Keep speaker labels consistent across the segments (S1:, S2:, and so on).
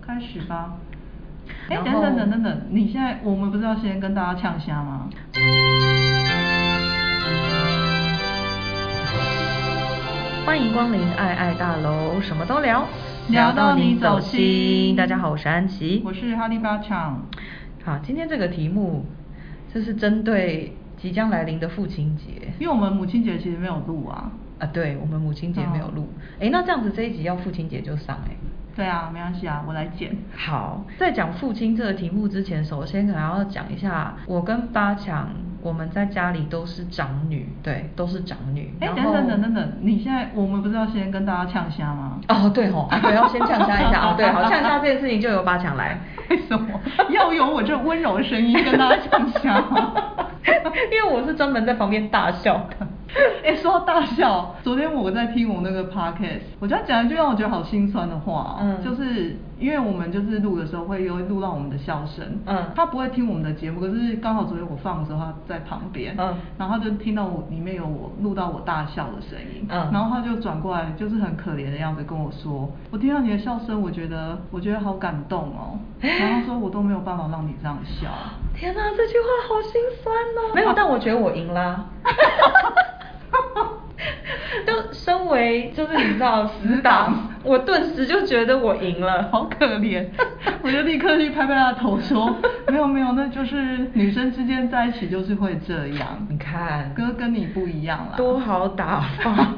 S1: 开始吧。哎，
S2: 然
S1: 等等等等
S2: 后
S1: 等，你现在我们不是要先跟大家呛虾吗？
S2: 欢迎光临爱爱大楼，什么都聊，
S1: 聊到你走心
S2: 大家好，我是安琪。
S1: 我是哈利巴强。
S2: 好，今天这个题目就是针对即将来临的父亲节
S1: 因为我们母亲节其实没有录啊。嗯
S2: 啊，对我们母亲节没有录。
S1: 哦
S2: 哎、那这样子这一集要父亲节就上哎、
S1: 对啊，没关系啊，我来剪。
S2: 好，在讲父亲这个题目之前，首先可能要讲一下，我跟八强，我们在家里都是长女，对，都是长女。
S1: 哎，
S2: 然
S1: 等
S2: 后
S1: 等等等等，你现在我们不是要先跟大家呛虾吗？
S2: 哦，对吼，啊对，要先呛虾一下哦，对，好，呛虾这件事情就由八强 来，
S1: 为什么要有我这温柔的声音跟大家呛虾吗？
S2: 因为我是专门在旁边大笑的。
S1: 哎、说到大笑，昨天我在听我那个 podcast，我就要讲一句让我觉得好心酸的话、哦，
S2: 嗯
S1: 就是因为我们就是录的时候会有录到我们的笑声，
S2: 嗯
S1: 他不会听我们的节目，可是刚好昨天我放的时候他在旁边，
S2: 嗯
S1: 然后他就听到我里面有我录到我大笑的声音，
S2: 嗯
S1: 然后他就转过来，就是很可怜的样子跟我说，我听到你的笑声，我觉得我觉得好感动 哦，然后他说我都没有办法让你这样笑，
S2: 天哪、这句话好心酸哦。没有，但我觉得我赢 啦。就身为就是你知道死 党，我顿时就觉得我赢了。
S1: 好可怜， 我就立刻去拍拍他的头 说，没有没有，那就是女生之间在一起就是会这样，
S2: 你看，
S1: 哥跟你不一样啦，
S2: 多好打 发。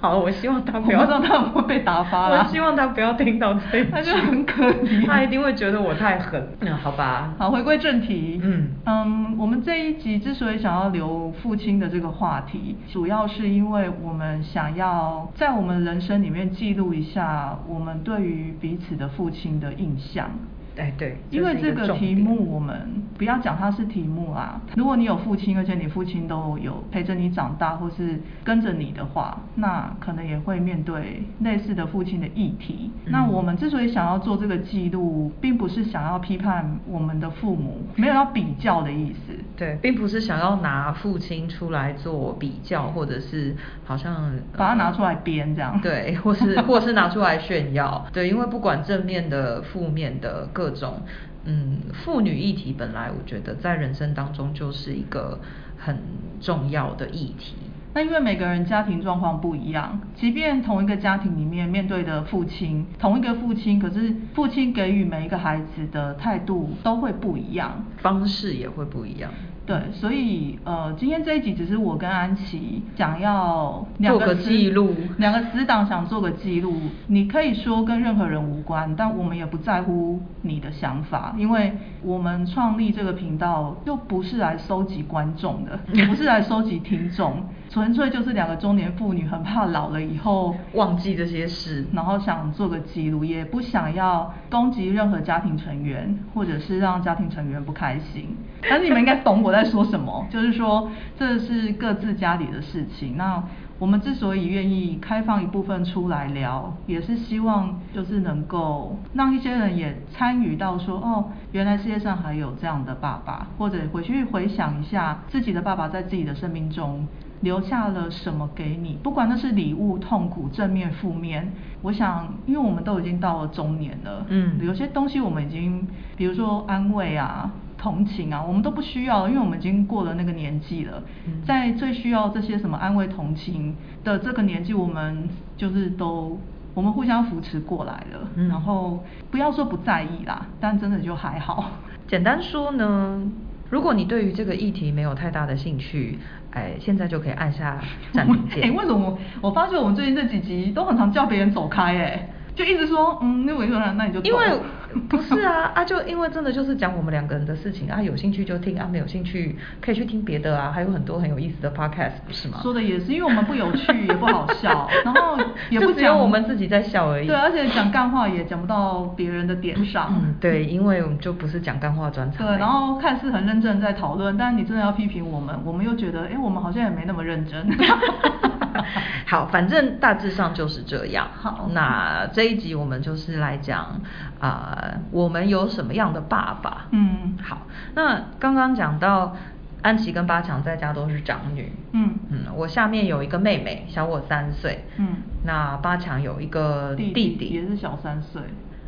S2: 好，我希望他不要
S1: 我不知道他有没有被打发啦
S2: 我希望他不要听到这一句，
S1: 他就很可怜
S2: 他一定会觉得我太狠。嗯，好吧。
S1: 好，回归正题。
S2: 嗯
S1: 嗯，我们这一集之所以想要留父亲的这个话题，主要是因为我们想要在我们人生里面记录一下我们对于彼此的父亲的印象。
S2: 哎，对，
S1: 因为
S2: 是一
S1: 这个
S2: 重
S1: 题
S2: 点
S1: 目，我们不要讲它是题目啊。如果你有父亲，而且你父亲都有陪着你长大，或是跟着你的话，那可能也会面对类似的父亲的议题。
S2: 嗯
S1: 那我们之所以想要做这个记录，并不是想要批判我们的父母，没有要比较的意思。
S2: 对，并不是想要拿父亲出来做比较，或者是好像呃
S1: 把它拿出来编这样
S2: 对， 或是或是拿出来炫耀，对，因为不管正面的、负面的各种，嗯，妇女议题本来我觉得在人生当中就是一个很重要的议题，
S1: 那因为每个人家庭状况不一样，即便同一个家庭里面面对的父亲，同一个父亲，可是父亲给予每一个孩子的态度都会不一样。
S2: 方式也会不一样。
S1: 对，所以呃，今天这一集只是我跟安琪想要两
S2: 做
S1: 个
S2: 个
S1: 死
S2: 记录
S1: 两个死党想做个记录。你可以说跟任何人无关，但我们也不在乎你的想法，因为我们创立这个频道又不是来收集观众的， 也不是来收集听众，纯粹就是两个中年妇女很怕老了以后
S2: 忘记这些事，
S1: 然后想做个记录，也不想要攻击任何家庭成员，或者是让家庭成员不开心。但是你们应该懂我在说什么，就是说这是各自家里的事情。那我们之所以愿意开放一部分出来聊，也是希望就是能够让一些人也参与到说，哦，原来世界上还有这样的爸爸，或者回去回想一下自己的爸爸在自己的生命中留下了什么给你，不管那是礼物、痛苦、正面、负面，我想，因为我们都已经到了中年了，
S2: 嗯
S1: 有些东西我们已经，比如说安慰啊、同情啊，我们都不需要了，因为我们已经过了那个年纪了，
S2: 嗯
S1: 在最需要这些什么安慰、同情的这个年纪，我们就是都。我们互相扶持过来了，
S2: 嗯
S1: 然后不要说不在意啦，但真的就还好。
S2: 简单说呢，如果你对于这个议题没有太大的兴趣，哎，现在就可以按下暂停键。
S1: 哎、为什么我发现我们最近这几集都很常叫别人走开、哎，就一直说，嗯，那我就那你就走
S2: 因为不是啊啊，就因为真的就是讲我们两个人的事情啊，有兴趣就听啊，没有兴趣可以去听别的啊，还有很多很有意思的 podcast 不是吗？
S1: 说的也是，因为我们不有趣，也不好笑，然后也
S2: 就
S1: 不
S2: 只有
S1: 讲
S2: 我们自己在笑而已
S1: 对，而且讲干话也讲不到别人的点上。
S2: 嗯，对，因为我们就不是讲干话专场。
S1: 对，然后看似很认真地在讨论，但你真的要批评我们，我们又觉得，哎、我们好像也没那么认 真。
S2: 好，反正大致上就是这样。
S1: 好
S2: 那这一集我们就是来讲啊、我们有什么样的爸爸？
S1: 嗯
S2: 好，那刚刚讲到安琪跟八强在家都是长女，
S1: 嗯
S2: 嗯，我下面有一个妹妹，小我三岁，
S1: 嗯
S2: 那八强有一个
S1: 弟
S2: 弟
S1: 也是小三岁。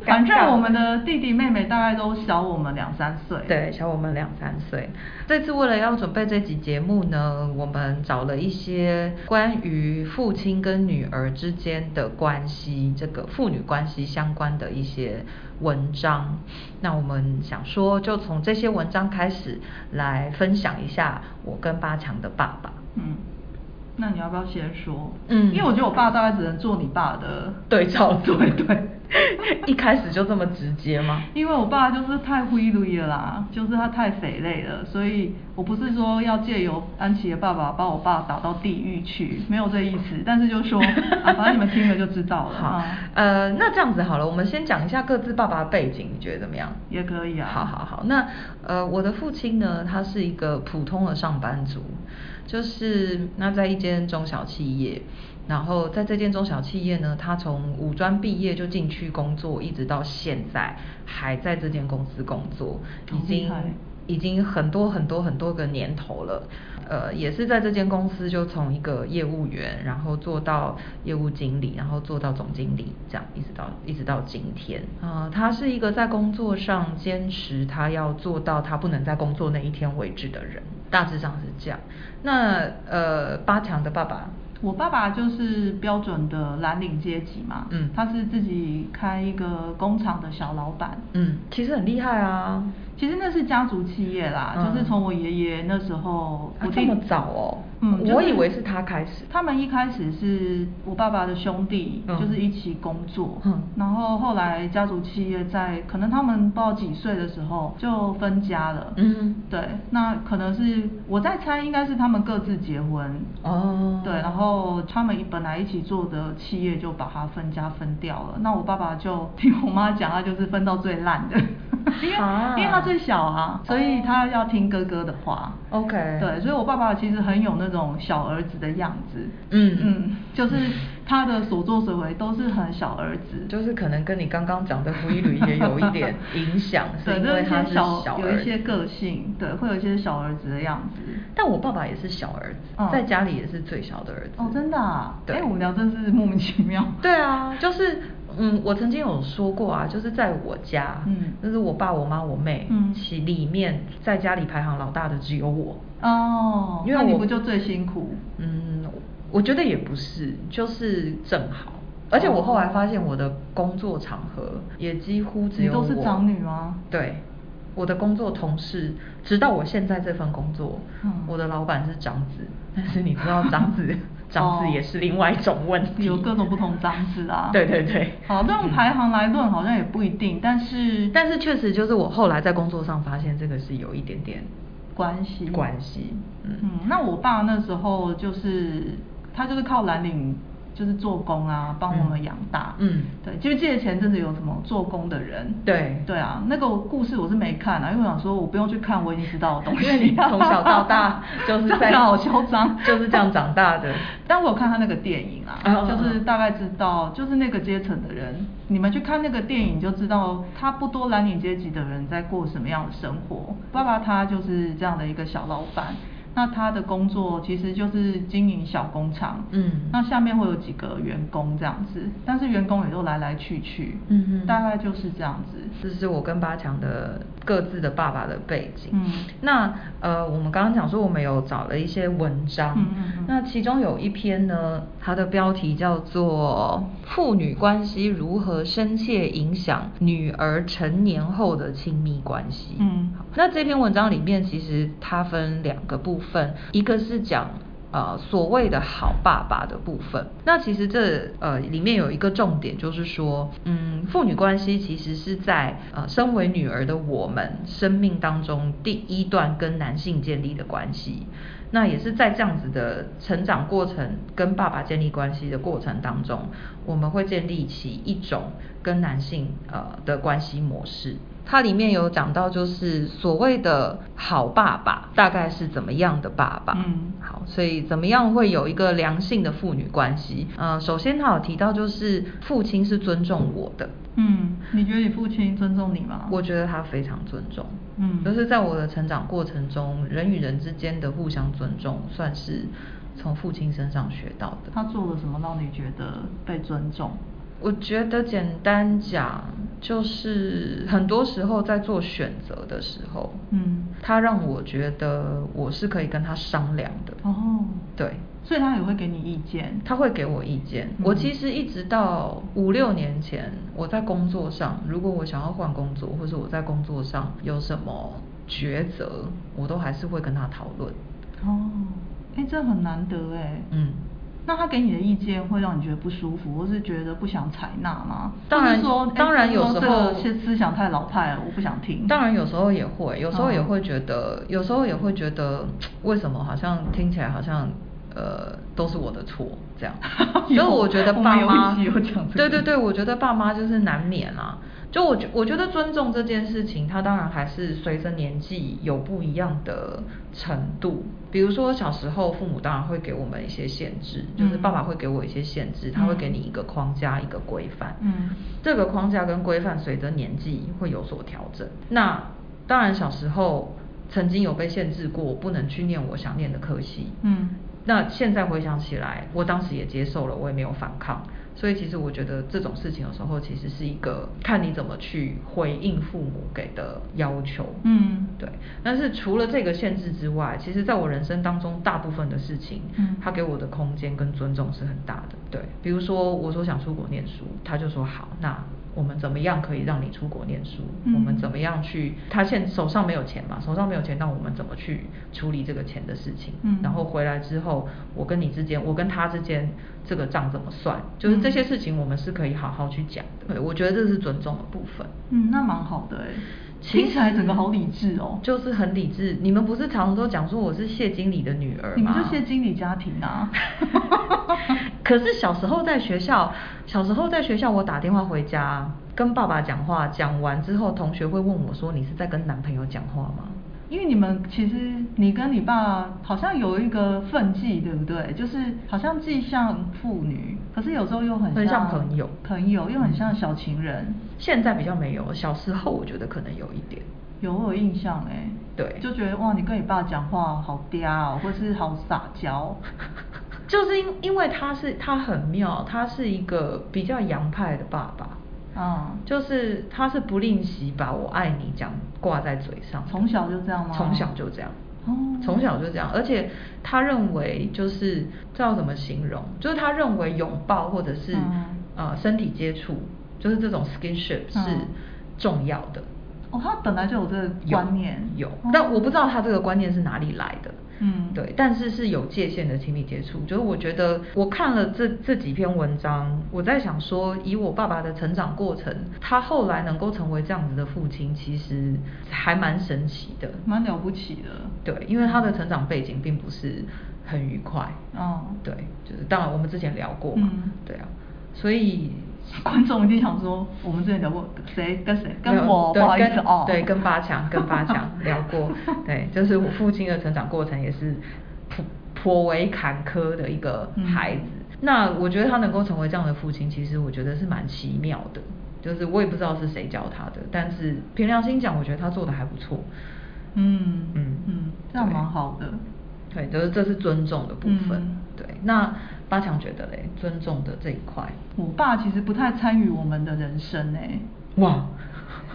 S1: 反正我们的弟弟妹妹大概都小我们两三岁。
S2: 对，小我们两三岁。这次为了要准备这集节目呢，我们找了一些关于父亲跟女儿之间的关系，这个父女关系相关的一些文章。那我们想说，就从这些文章开始来分享一下我跟八强的爸爸。
S1: 嗯，那你要不要先说？
S2: 嗯
S1: 因为我觉得我爸大概只能做你爸 的
S2: 对照组
S1: 对对。
S2: 一开始就这么直接吗？
S1: 因为我爸就是太灰绿了啦，就是他太肥累了，所以我不是说要借由安琪的爸爸把我爸打到地狱去，没有这意思，但是就 说啊，反正你们听了就知道了
S2: 好
S1: 啊，，
S2: 呃，那这样子好了，我们先讲一下各自爸爸的背景，你觉得怎么样？
S1: 也可以啊。
S2: 好好好，那呃，我的父亲呢，他是一个普通的上班族，就是那在一间中小企业，然后在这间中小企业呢，他从五专毕业就进去工作，一直到现在还在这间公司工作，
S1: 好
S2: 已
S1: 厉
S2: 经
S1: 害
S2: 已经很多很多很多个年头了，呃，也是在这间公司就从一个业务员，然后做到业务经理，然后做到总经理，这样一直到一直到今天。呃，他是一个在工作上坚持他要做到他不能在工作那一天为止的人，大致上是这样。那呃，八强的爸爸，
S1: 我爸爸就是标准的蓝领阶级嘛，
S2: 嗯
S1: 他是自己开一个工厂的小老板，
S2: 嗯，其实很厉害啊，
S1: 其实那是家族企业啦，
S2: 嗯
S1: 就是从我爷爷那时候，
S2: 啊
S1: 我
S2: 这
S1: 弟
S2: 么早哦
S1: 嗯，
S2: 我以为是他开始
S1: 他们一开始是我爸爸的兄弟，
S2: 嗯
S1: 就是一起工作，
S2: 嗯
S1: 然后后来家族企业在可能他们不知道几岁的时候就分家了，
S2: 嗯
S1: 对，那可能是我在猜，应该是他们各自结婚，
S2: 哦
S1: 对，然后他们本来一起做的企业就把它分家分掉了。那我爸爸就听我妈讲，他就是分到最烂的， 因为、
S2: 啊
S1: 因为他最小啊，所以他要听哥哥的话。
S2: OK
S1: 对，所以我爸爸其实很有那种小儿子的样子。
S2: 嗯
S1: 嗯，就是他的所作所为都是很小儿子，，
S2: 就是可能跟你刚刚讲的胡一吕也有一点影响 是
S1: 对，
S2: 因
S1: 就是
S2: 为
S1: 一
S2: 他
S1: 些
S2: 是
S1: 小有
S2: 儿
S1: 一些
S2: 子
S1: 个性，对，会有一些小儿子的样子。
S2: 但我爸爸也是小儿子，
S1: 嗯
S2: 在家里也是最小的儿子。
S1: 哦，真的、啊？
S2: 对
S1: 哎、我们聊真是莫名其妙。
S2: 对啊，就是嗯，我曾经有说过啊，就是在我家，
S1: 嗯
S2: 就是我爸、我妈、我妹，
S1: 嗯
S2: 其里面在家里排行老大的只有我。
S1: 哦，
S2: 因为
S1: 那你
S2: 我
S1: 不就最辛苦？
S2: 嗯，我觉得也不是，就是正好。而且我后来发现，我的工作场合也几乎只
S1: 你
S2: 有我。
S1: 都是长女吗
S2: 对，我的工作同事，直到我现在这份工作，
S1: 嗯，
S2: 我的老板是长子，但是你知道长子 长子也是另外一种问题，。
S1: 哦有各种不同章子啊
S2: 对对对嗯
S1: 好，这种排行来论好像也不一定，但是
S2: 但是确实就是我后来在工作上发现这个是有一点点
S1: 关系
S2: 关系，嗯
S1: 嗯，那我爸那时候就是他就是靠蓝领。就是做工啊，帮我们养大。
S2: 嗯
S1: 对，就是记得前阵子有什么做工的人。
S2: 对
S1: 对啊，那个故事我是没看啊，因为我想说我不用去看我已经知道的东西。
S2: 因为你从小到大就是在
S1: 这样好嚣张，
S2: 就是这样长大的
S1: 但我有看他那个电影啊，
S2: 嗯嗯嗯
S1: 就是大概知道，就是那个阶层的人，你们去看那个电影就知道，他不多蓝领阶级的人在过什么样的生活。爸爸他就是这样的一个小老板，那他的工作其实就是经营小工厂，
S2: 嗯
S1: 那下面会有几个员工这样子，但是员工也都来来去去，
S2: 嗯嗯
S1: 大概就是这样子。
S2: 这是我跟八强的各自的爸爸的背景。
S1: 嗯
S2: 那呃，我们刚刚讲说我们有找了一些文章，
S1: 嗯嗯嗯
S2: 那其中有一篇呢，它的标题叫做《父女关系如何深切影响女儿成年后的亲密关系》。
S1: 嗯
S2: 好那这篇文章里面其实它分两个部分，一个是讲。呃，所谓的好爸爸的部分，那其实这呃里面有一个重点，就是说，嗯，父女关系其实是在呃身为女儿的我们生命当中第一段跟男性建立的关系，那也是在这样子的成长过程跟爸爸建立关系的过程当中，我们会建立起一种跟男性呃的关系模式。它里面有讲到，就是所谓的好爸爸大概是怎么样的爸爸？
S1: 嗯
S2: 好，所以怎么样会有一个良性的父女关系？呃，首先他有提到，就是父亲是尊重我的，
S1: 嗯，你觉得你父亲尊重你吗？
S2: 我觉得他非常尊重，
S1: 嗯
S2: 就是在我的成长过程中，人与人之间的互相尊重，算是从父亲身上学到的。
S1: 他做了什么让你觉得被尊重？
S2: 我觉得简单讲，就是很多时候在做选择的时候，
S1: 嗯
S2: 他让我觉得我是可以跟他商量的。
S1: 哦，
S2: 对，
S1: 所以他也会给你意见，
S2: 他会给我意见。
S1: 嗯
S2: 我其实一直到五六年前，我在工作上，如果我想要换工作，或者我在工作上有什么抉择，我都还是会跟他讨论。
S1: 哦，哎、这很难得哎，
S2: 嗯，
S1: 那他给你的意见会让你觉得不舒服，或是觉得不想采纳吗？
S2: 当然
S1: 或是说，诶
S2: 当然
S1: 这个
S2: 有时候
S1: 这个些思想太老派了，我不想听。
S2: 当然有时候也会，有时候也
S1: 哦。
S2: 会觉得，有时候也会觉得，为什么好像听起来好像呃都是我的错这样 所以
S1: 有
S2: 我觉得
S1: 我们
S2: 爸
S1: 有一
S2: 妈
S1: 集有讲这个
S2: 对对对，我觉得爸妈就是难免啊。就我觉我觉得尊重这件事情，它当然还是随着年纪有不一样的程度。比如说小时候，父母当然会给我们一些限制，就是
S1: 嗯
S2: 爸爸会给我一些限制，他会给你一个框架，一个规范。
S1: 嗯
S2: 这个框架跟规范随着年纪会有所调整。那当然，小时候曾经有被限制过，不能去念我想念的科系。
S1: 嗯
S2: 那现在回想起来，我当时也接受了，我也没有反抗。所以其实我觉得这种事情有时候其实是一个看你怎么去回应父母给的要求。
S1: 嗯
S2: 对。但是除了这个限制之外，其实在我人生当中大部分的事情，
S1: 嗯
S2: 他给我的空间跟尊重是很大的。对，比如说我说想出国念书，他就说好，那。我们怎么样可以让你出国念书？
S1: 嗯
S2: 我们怎么样去？他现手上没有钱嘛，手上没有钱，那我们怎么去处理这个钱的事情？
S1: 嗯
S2: 然后回来之后，我跟你之间，我跟他之间这个账怎么算？就是
S1: 嗯
S2: 这些事情，我们是可以好好去讲的。对，我觉得这是尊重的部分。
S1: 嗯，那蛮好的哎，
S2: 其实
S1: 听起来整个好理智哦。
S2: 就是很理智。你们不是常常都讲说我是谢经理的女儿吗？
S1: 你们就谢经理家庭啊。
S2: 可是小时候在学校，小时候在学校，我打电话回家跟爸爸讲话，讲完之后，同学会问我说：“你是在跟男朋友讲话吗
S1: 因为你们其实你跟你爸好像有一个分际，对不对？就是好像既像父女，可是有时候又很
S2: 很像朋友嗯
S1: 朋友又很像小情人，？”
S2: 现在比较没有，小时候我觉得可能有一点。
S1: 有我有印象哎。
S2: 对
S1: 就觉得哇，你跟你爸讲话好嗲哦，或是好撒 娇。
S2: 就是因因为他是他很妙，他是一个比较洋派的爸爸，
S1: 嗯，
S2: 就是他是不吝惜把我爱你讲挂在嘴上的，
S1: 从小就这样吗
S2: 从小就这样，
S1: 哦
S2: 从小就这样，而且他认为就是这要怎么形容，就是他认为拥抱或者是、
S1: 嗯
S2: 呃身体接触，就是这种 skinship
S1: 嗯
S2: 是重要的。
S1: 哦，他本来就有这个
S2: 有
S1: 观念，
S2: 有
S1: 哦，
S2: 但我不知道他这个观念是哪里来的。
S1: 嗯
S2: 对，但是是有界限的亲密接触。就是我觉得我看了这这几篇文章，我在想说，以我爸爸的成长过程，他后来能够成为这样子的父亲，其实还蛮神奇的。
S1: 蛮了不起的，
S2: 对，因为他的成长背景并不是很愉快。
S1: 哦
S2: 对，就是当然我们之前聊过嘛，
S1: 嗯
S2: 对啊，所以
S1: 观众一定想说，我们之前聊过谁跟谁，
S2: 没
S1: 跟
S2: 有
S1: 我不
S2: 对
S1: 好意思
S2: 跟
S1: 哦，
S2: 对，跟八强，跟八 强聊过，对，就是我父亲的成长过程也是颇颇为坎坷的一个
S1: 嗯
S2: 孩子。那我觉得他能够成为这样的父亲，其实我觉得是蛮奇妙的，就是我也不知道是谁教他的，但是凭良心讲，我觉得他做的还不错。
S1: 嗯嗯
S2: 嗯
S1: 嗯，这样
S2: 对
S1: 蛮好的，
S2: 对，就是这是尊重的部分。
S1: 嗯
S2: 对，那八强觉得嘞，尊重的这一块，
S1: 我爸其实不太参与我们的人生 诶，
S2: 哇，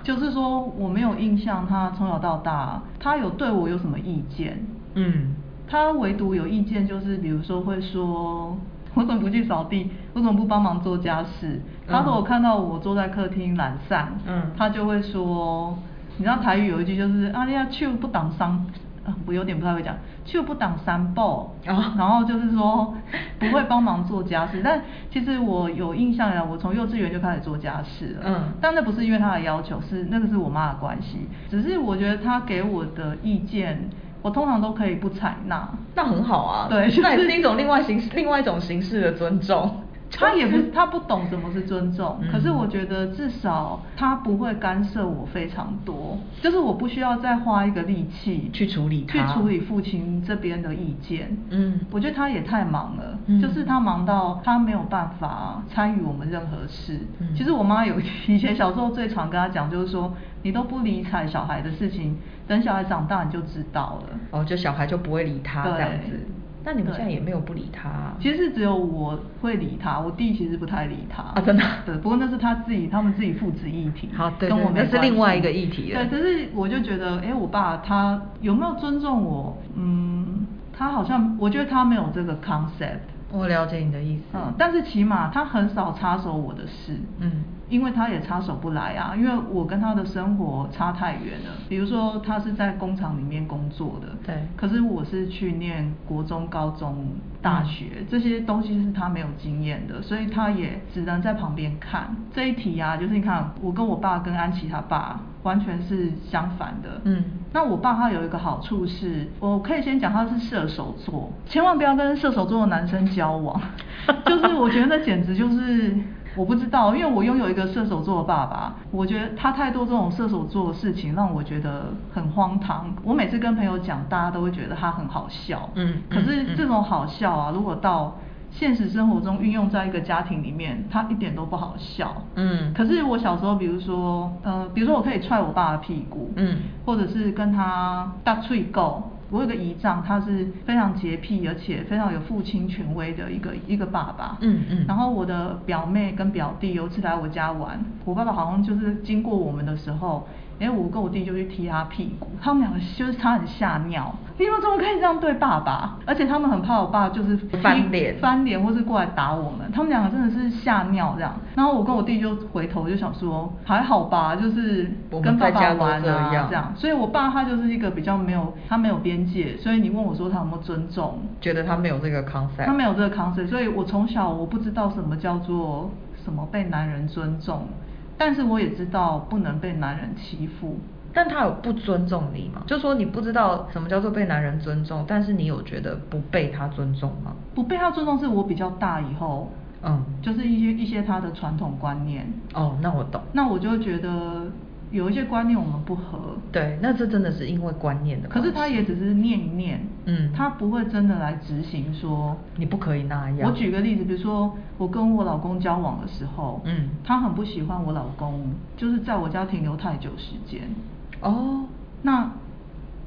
S1: 就是说我没有印象他从小到大他有对我有什么意见，
S2: 嗯，
S1: 他唯独有意见，就是比如说会说，我怎么不去扫地，我怎么不帮忙做家事？
S2: 嗯
S1: 他如果看到我坐在客厅懒散，
S2: 嗯
S1: 他就会说，你知道台语有一句就是啊，你要去不挡三，啊，我有点不太会讲，去不挡三步，
S2: 哦
S1: 然后就是说不会帮忙做家事。但其实我有印象以来，我从幼稚园就开始做家事了，
S2: 嗯
S1: 但那不是因为他的要求，是那个是我妈的关系，只是我觉得他给我的意见，我通常都可以不采纳。
S2: 那很好啊，
S1: 对就是
S2: 那也是一种另外形式，另外一种形式的尊重。
S1: 他也不 是，他不懂什么是尊重，
S2: 嗯
S1: 可是我觉得至少他不会干涉我非常多，就是我不需要再花一个力气
S2: 去处理
S1: 去
S2: 它
S1: 处理父亲这边的意见。
S2: 嗯
S1: 我觉得他也太忙了，
S2: 嗯
S1: 就是他忙到他没有办法参与我们任何事。
S2: 嗯
S1: 其实我妈有以前小时候最常跟他讲，就是说你都不理睬小孩的事情，等小孩长大你就知道了。
S2: 哦，就小孩就不会理他
S1: 对
S2: 这样子。但你们
S1: 对
S2: 现在也没有不理他啊、
S1: 其实只有我会理他，我弟其实不太理他
S2: 啊真的啊
S1: 对，不过那是他自己，他们自己父子议题，
S2: 好对
S1: 跟
S2: 对
S1: 我没
S2: 那是
S1: 关系
S2: 另外一个议题了
S1: 对，只是我就觉得，哎，我爸他有没有尊重我？嗯，他好像我觉得他没有这个 concept，
S2: 我了解你的意思。
S1: 嗯，但是起码他很少插手我的事，
S2: 嗯
S1: 因为他也插手不来啊，因为我跟他的生活差太远了。比如说，他是在工厂里面工作的，
S2: 对
S1: 可是我是去念国中、高中、大学、这些东西是他没有经验的，所以他也只能在旁边看。这一题啊，就是你看，我跟我爸跟安琪他爸完全是相反的，
S2: 嗯
S1: 那我爸他有一个好处是，我可以先讲他是射手座，千万不要跟射手座的男生交 往，就是我觉得那简直就是我不知道，因为我拥有一个射手座的爸爸，我觉得他太多这种射手座的事情让我觉得很荒唐。我每次跟朋友讲，大家都会觉得他很好笑，
S2: 嗯
S1: 可
S2: 嗯
S1: 是
S2: 嗯
S1: 这种好笑啊，如果到现实生活中运用在一个家庭里面，他一点都不好笑。
S2: 嗯
S1: 可是我小时候，比如说，呃，比如说我可以踹我爸的屁股，
S2: 嗯
S1: 或者是跟他大脆够。我有个姨丈，他是非常洁癖，而且非常有父亲权威的一个一个爸爸。
S2: 嗯嗯
S1: 然后我的表妹跟表弟有一次来我家玩，我爸爸好像就是经过我们的时候，哎，我跟我弟就去踢他屁股，他们两个就是 他很吓尿，你们怎么可以这样对爸爸？而且他们很怕我爸就是踢
S2: 翻脸
S1: 翻脸或是过来打我们，他们两个真的是吓尿这样。然后我跟我弟就回头就想说，还好吧，就是
S2: 我们
S1: 跟爸
S2: 在
S1: 爸
S2: 家都
S1: 玩
S2: 这
S1: 啊
S2: 样
S1: 这样。所以我爸他就是一个比较没有他没有边界，所以你问我说他有没有尊重，
S2: 觉得他没有这个 concept，
S1: 他没有这个 concept，所以我从小我不知道什么叫做什么被男人尊重，但是我也知道不能被男人欺负。
S2: 但他有不尊重你吗？就说你不知道什么叫做被男人尊重，但是你有觉得不被他尊重吗？
S1: 不被他尊重是我比较大以后，
S2: 嗯，
S1: 就是一些一些他的传统观念，
S2: 哦，那我懂。
S1: 那我就会觉得有一些观念我们不合，
S2: 对，那这真的是因为观念的
S1: 可
S2: 关
S1: 是
S2: 系。
S1: 他也只是念一念，
S2: 嗯
S1: 他不会真的来执行说。
S2: 你不可以那样。
S1: 我举个例子，比如说我跟我老公交往的时候，
S2: 嗯
S1: 他很不喜欢我老公，就是在我家停留太久时间。
S2: 哦，
S1: 那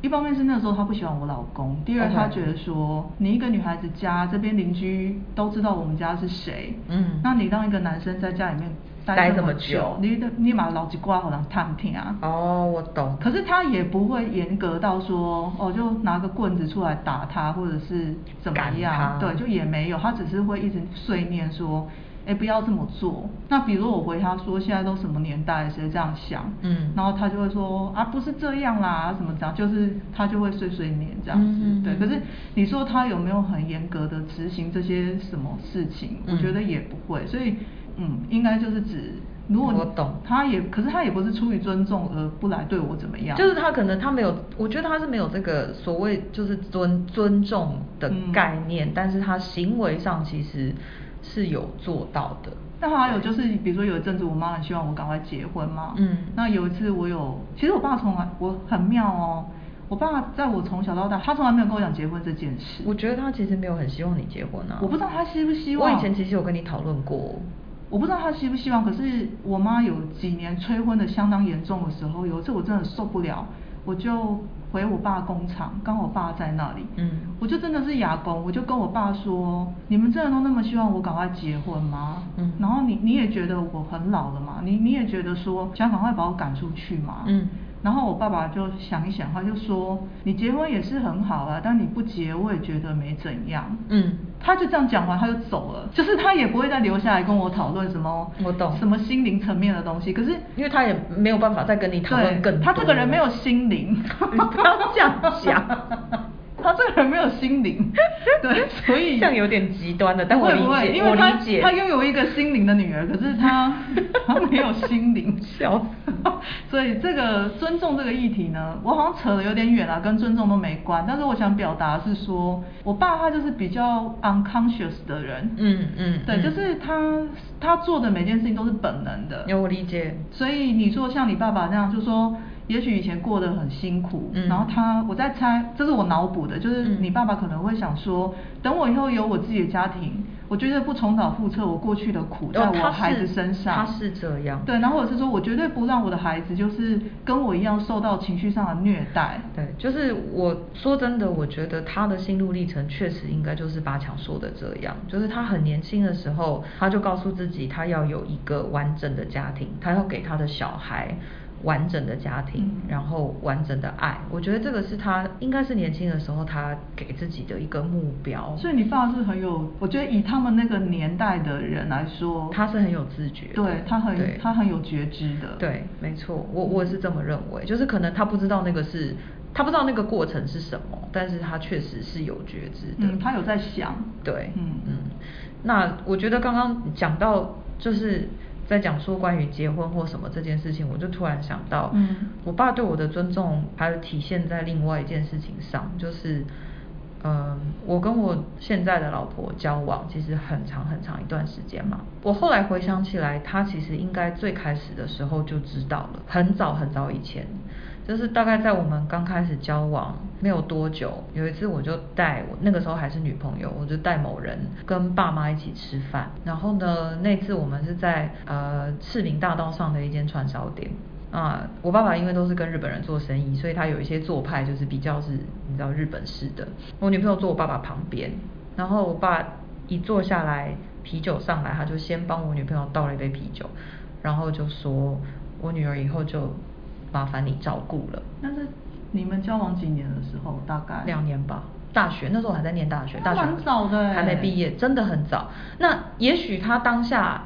S1: 一方面是那时候他不喜欢我老公，第二
S2: OK
S1: 他觉得说你一个女孩子家这边邻居都知道我们家是谁，
S2: 嗯
S1: 那你让一个男生在家里面
S2: 待
S1: 这
S2: 这
S1: 么
S2: 么久
S1: 你的你把老子瓜好像探听啊。
S2: 哦，我懂。
S1: 可是他也不会严格到说，哦，就拿个棍子出来打他，或者是怎么
S2: 赶
S1: 样
S2: 他，
S1: 对，就也没有，他只是会一直碎念说，哎，不要这么做。那比如我回他说，现在都什么年代，谁这样想？
S2: 嗯
S1: 然后他就会说，啊，不是这样啦，怎么讲？就是他就会碎碎念这样子，
S2: 嗯嗯嗯
S1: 对。可是你说他有没有很严格的执行这些什么事情？我
S2: 嗯
S1: 觉得也不会，所以，嗯，应该就是指。如果你
S2: 我懂
S1: 他也，可是他也不是出于尊重而不来对我怎么样，
S2: 就是他可能他没有，我觉得他是没有这个所谓就是尊尊重的
S1: 嗯
S2: 概念，但是他行为上其实是有做到的。
S1: 那还有就是，比如说有一阵子我妈很希望我赶快结婚嘛，
S2: 嗯
S1: 那有一次我有，其实我爸从来我很妙哦，我爸在我从小到大，他从来没有跟我讲结婚这件事，
S2: 我觉得他其实没有很希望你结婚啊。
S1: 我不知道他希不希望
S2: 我以前其实有跟你讨论过。
S1: 我不知道他希不希望，可是我妈有几年催婚的相当严重的时候，有一次我真的受不了，我就回我爸工厂，刚好我爸在那里，
S2: 嗯
S1: 我就真的是哑公，我就跟我爸说，你们真的都那么希望我赶快结婚吗？
S2: 嗯
S1: 然后你你也觉得我很老了嘛，你你也觉得说想赶快把我赶出去嘛，
S2: 嗯
S1: 然后我爸爸就想一想，他就说你结婚也是很好啊，但你不结我也觉得没怎样，
S2: 嗯
S1: 他就这样讲完，他就走了，就是他也不会再留下来跟我讨论什么，
S2: 我懂
S1: 什么心灵层面的东西。可是
S2: 因为他也没有办法再跟你讨论更
S1: 对
S2: 多。
S1: 他这个人没有心灵，
S2: 你不要这样讲，
S1: 他这个人没有心灵，对，所以
S2: 这样有点极端了，但我
S1: 会
S2: 理解，
S1: 不会因
S2: 我
S1: 为他
S2: 理解。
S1: 他拥有一个心灵的女儿，可是 他他没有心灵，
S2: 笑死。
S1: 所以这个尊重这个议题呢，我好像扯得有点远了，啊跟尊重都没关。但是我想表达的是说，我爸他就是比较 unconscious 的人，
S2: 嗯嗯
S1: 对，
S2: 嗯
S1: 就是他他做的每件事情都是本能的，
S2: 有我理解
S1: 所以你说像你爸爸那样，就说也许以前过得很辛苦，
S2: 嗯
S1: 然后他我在猜，这是我脑补的，就是
S2: 嗯
S1: 你爸爸可能会想说，等我以后有我自己的家庭，我绝对不重蹈覆辙我过去的苦
S2: 哦
S1: 在我
S2: 他
S1: 孩子
S2: 是
S1: 身上。
S2: 他是这样
S1: 对，然后我是说我绝对不让我的孩子就是跟我一样受到情绪上的虐待。
S2: 对，就是我说真的，我觉得他的心路历程确实应该就是八强说的这样，就是他很年轻的时候，他就告诉自己，他要有一个完整的家庭，他要给他的小孩完整的家庭，
S1: 嗯
S2: 然后完整的爱。我觉得这个是他应该是年轻的时候他给自己的一个目标，
S1: 所以你爸是很有，我觉得以他们那个年代的人来说，
S2: 他是很有自觉的
S1: 对他
S2: 对
S1: 很他很有觉知的，
S2: 对，没错，我我也是这么认为，就是可能他不知道那个是，他不知道那个过程是什么，但是他确实是有觉知的。
S1: 嗯，他有在想，
S2: 对，
S1: 嗯
S2: 嗯，那我觉得刚刚讲到就是在讲说关于结婚或什么这件事情，我就突然想到，
S1: 嗯
S2: 我爸对我的尊重还有体现在另外一件事情上，就是。嗯，我跟我现在的老婆交往其实很长很长一段时间嘛。我后来回想起来，她其实应该最开始的时候就知道了，很早很早以前，就是大概在我们刚开始交往没有多久，有一次我就带我那个时候还是女朋友，我就带某人跟爸妈一起吃饭，然后呢，那次我们是在呃赤岭大道上的一间串烧店。啊、我爸爸因为都是跟日本人做生意，所以他有一些做派就是比较是你知道日本式的。我女朋友坐我爸爸旁边，然后我爸一坐下来，啤酒上来，他就先帮我女朋友倒了一杯啤酒，然后就说：“我女儿以后就麻烦你照顾了。”
S1: 但是你们交往几年的时候，大概
S2: 两年吧，大学那时候我还在念大学，
S1: 那
S2: 大学
S1: 蛮早的欸
S2: 还没毕业，真的很早。那也许他当下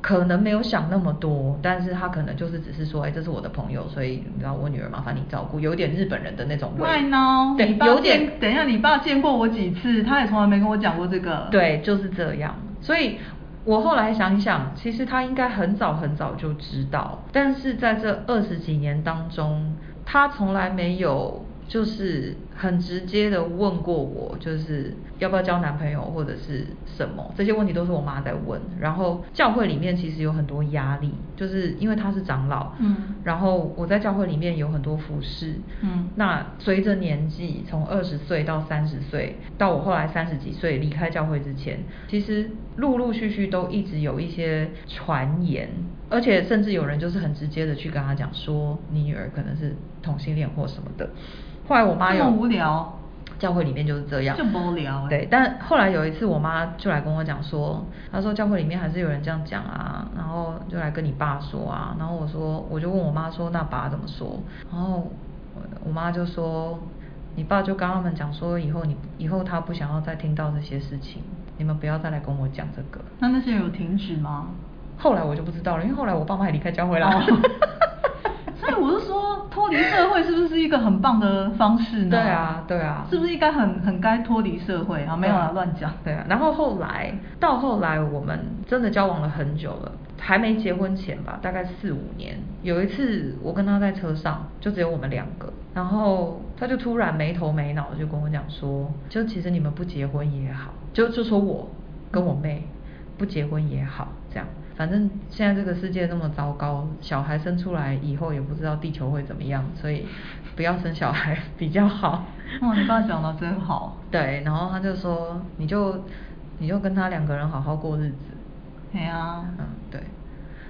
S2: 可能没有想那么多，但是他可能就是只是说，哎、这是我的朋友，所以你知道我女儿麻烦你照顾，有点日本人的那种味。
S1: 爱呢？
S2: 对
S1: 你，爸
S2: 有
S1: 见
S2: 点
S1: 等一下，你爸见过我几次，他也从来没跟我讲过这个，，
S2: 对，就是这样。所以我后来想一想，其实他应该很早很早就知道，但是在这二十几年当中，他从来没有就是很直接的问过我，就是要不要交男朋友或者是什么，这些问题都是我妈在问。然后教会里面其实有很多压力，就是因为他是长老，
S1: 嗯
S2: 然后我在教会里面有很多服饰，
S1: 嗯
S2: 那随着年纪，从二十岁到三十岁，到我后来三十几岁离开教会之前，其实陆陆续续都一直有一些传言，而且甚至有人就是很直接的去跟他讲说，你女儿可能是同性恋或什么的。后来我妈
S1: 这
S2: 有
S1: 么无聊，
S2: 教会里面就是这样，
S1: 就无聊欸
S2: 对，但后来有一次，我妈就来跟我讲说，她说教会里面还是有人这样讲啊，然后就来跟你爸说啊，然后我说，我就问我妈说，那爸怎么说？然后我我妈就说，你爸就跟他们讲说，以后你以后他不想要再听到这些事情，你们不要再来跟我讲这个。
S1: 那那些人有停止 吗？
S2: 后来我就不知道了，因为后来我爸妈也离开教会了。
S1: 哦
S2: 啊
S1: 所以我就说，脱离社会是不是一个很棒的方式呢？
S2: 对啊对啊
S1: 是不是应该很很该脱离社会啊？没有啦，
S2: 对
S1: 乱讲。
S2: 对啊，然后后来到后来，我们真的交往了很久了，还没结婚前吧，大概四五年。有一次我跟他在车上，就只有我们两个，然后他就突然没头没脑的就跟我讲说，就其实你们不结婚也好，就就说我跟我妹不结婚也好，这样。反正现在这个世界那么糟糕，小孩生出来以后也不知道地球会怎么样，所以不要生小孩比较好。
S1: 哇，哦你爸讲的真好。
S2: 对，然后他就说，你就你就跟他两个人好好过日子。
S1: 对啊，
S2: 嗯，对。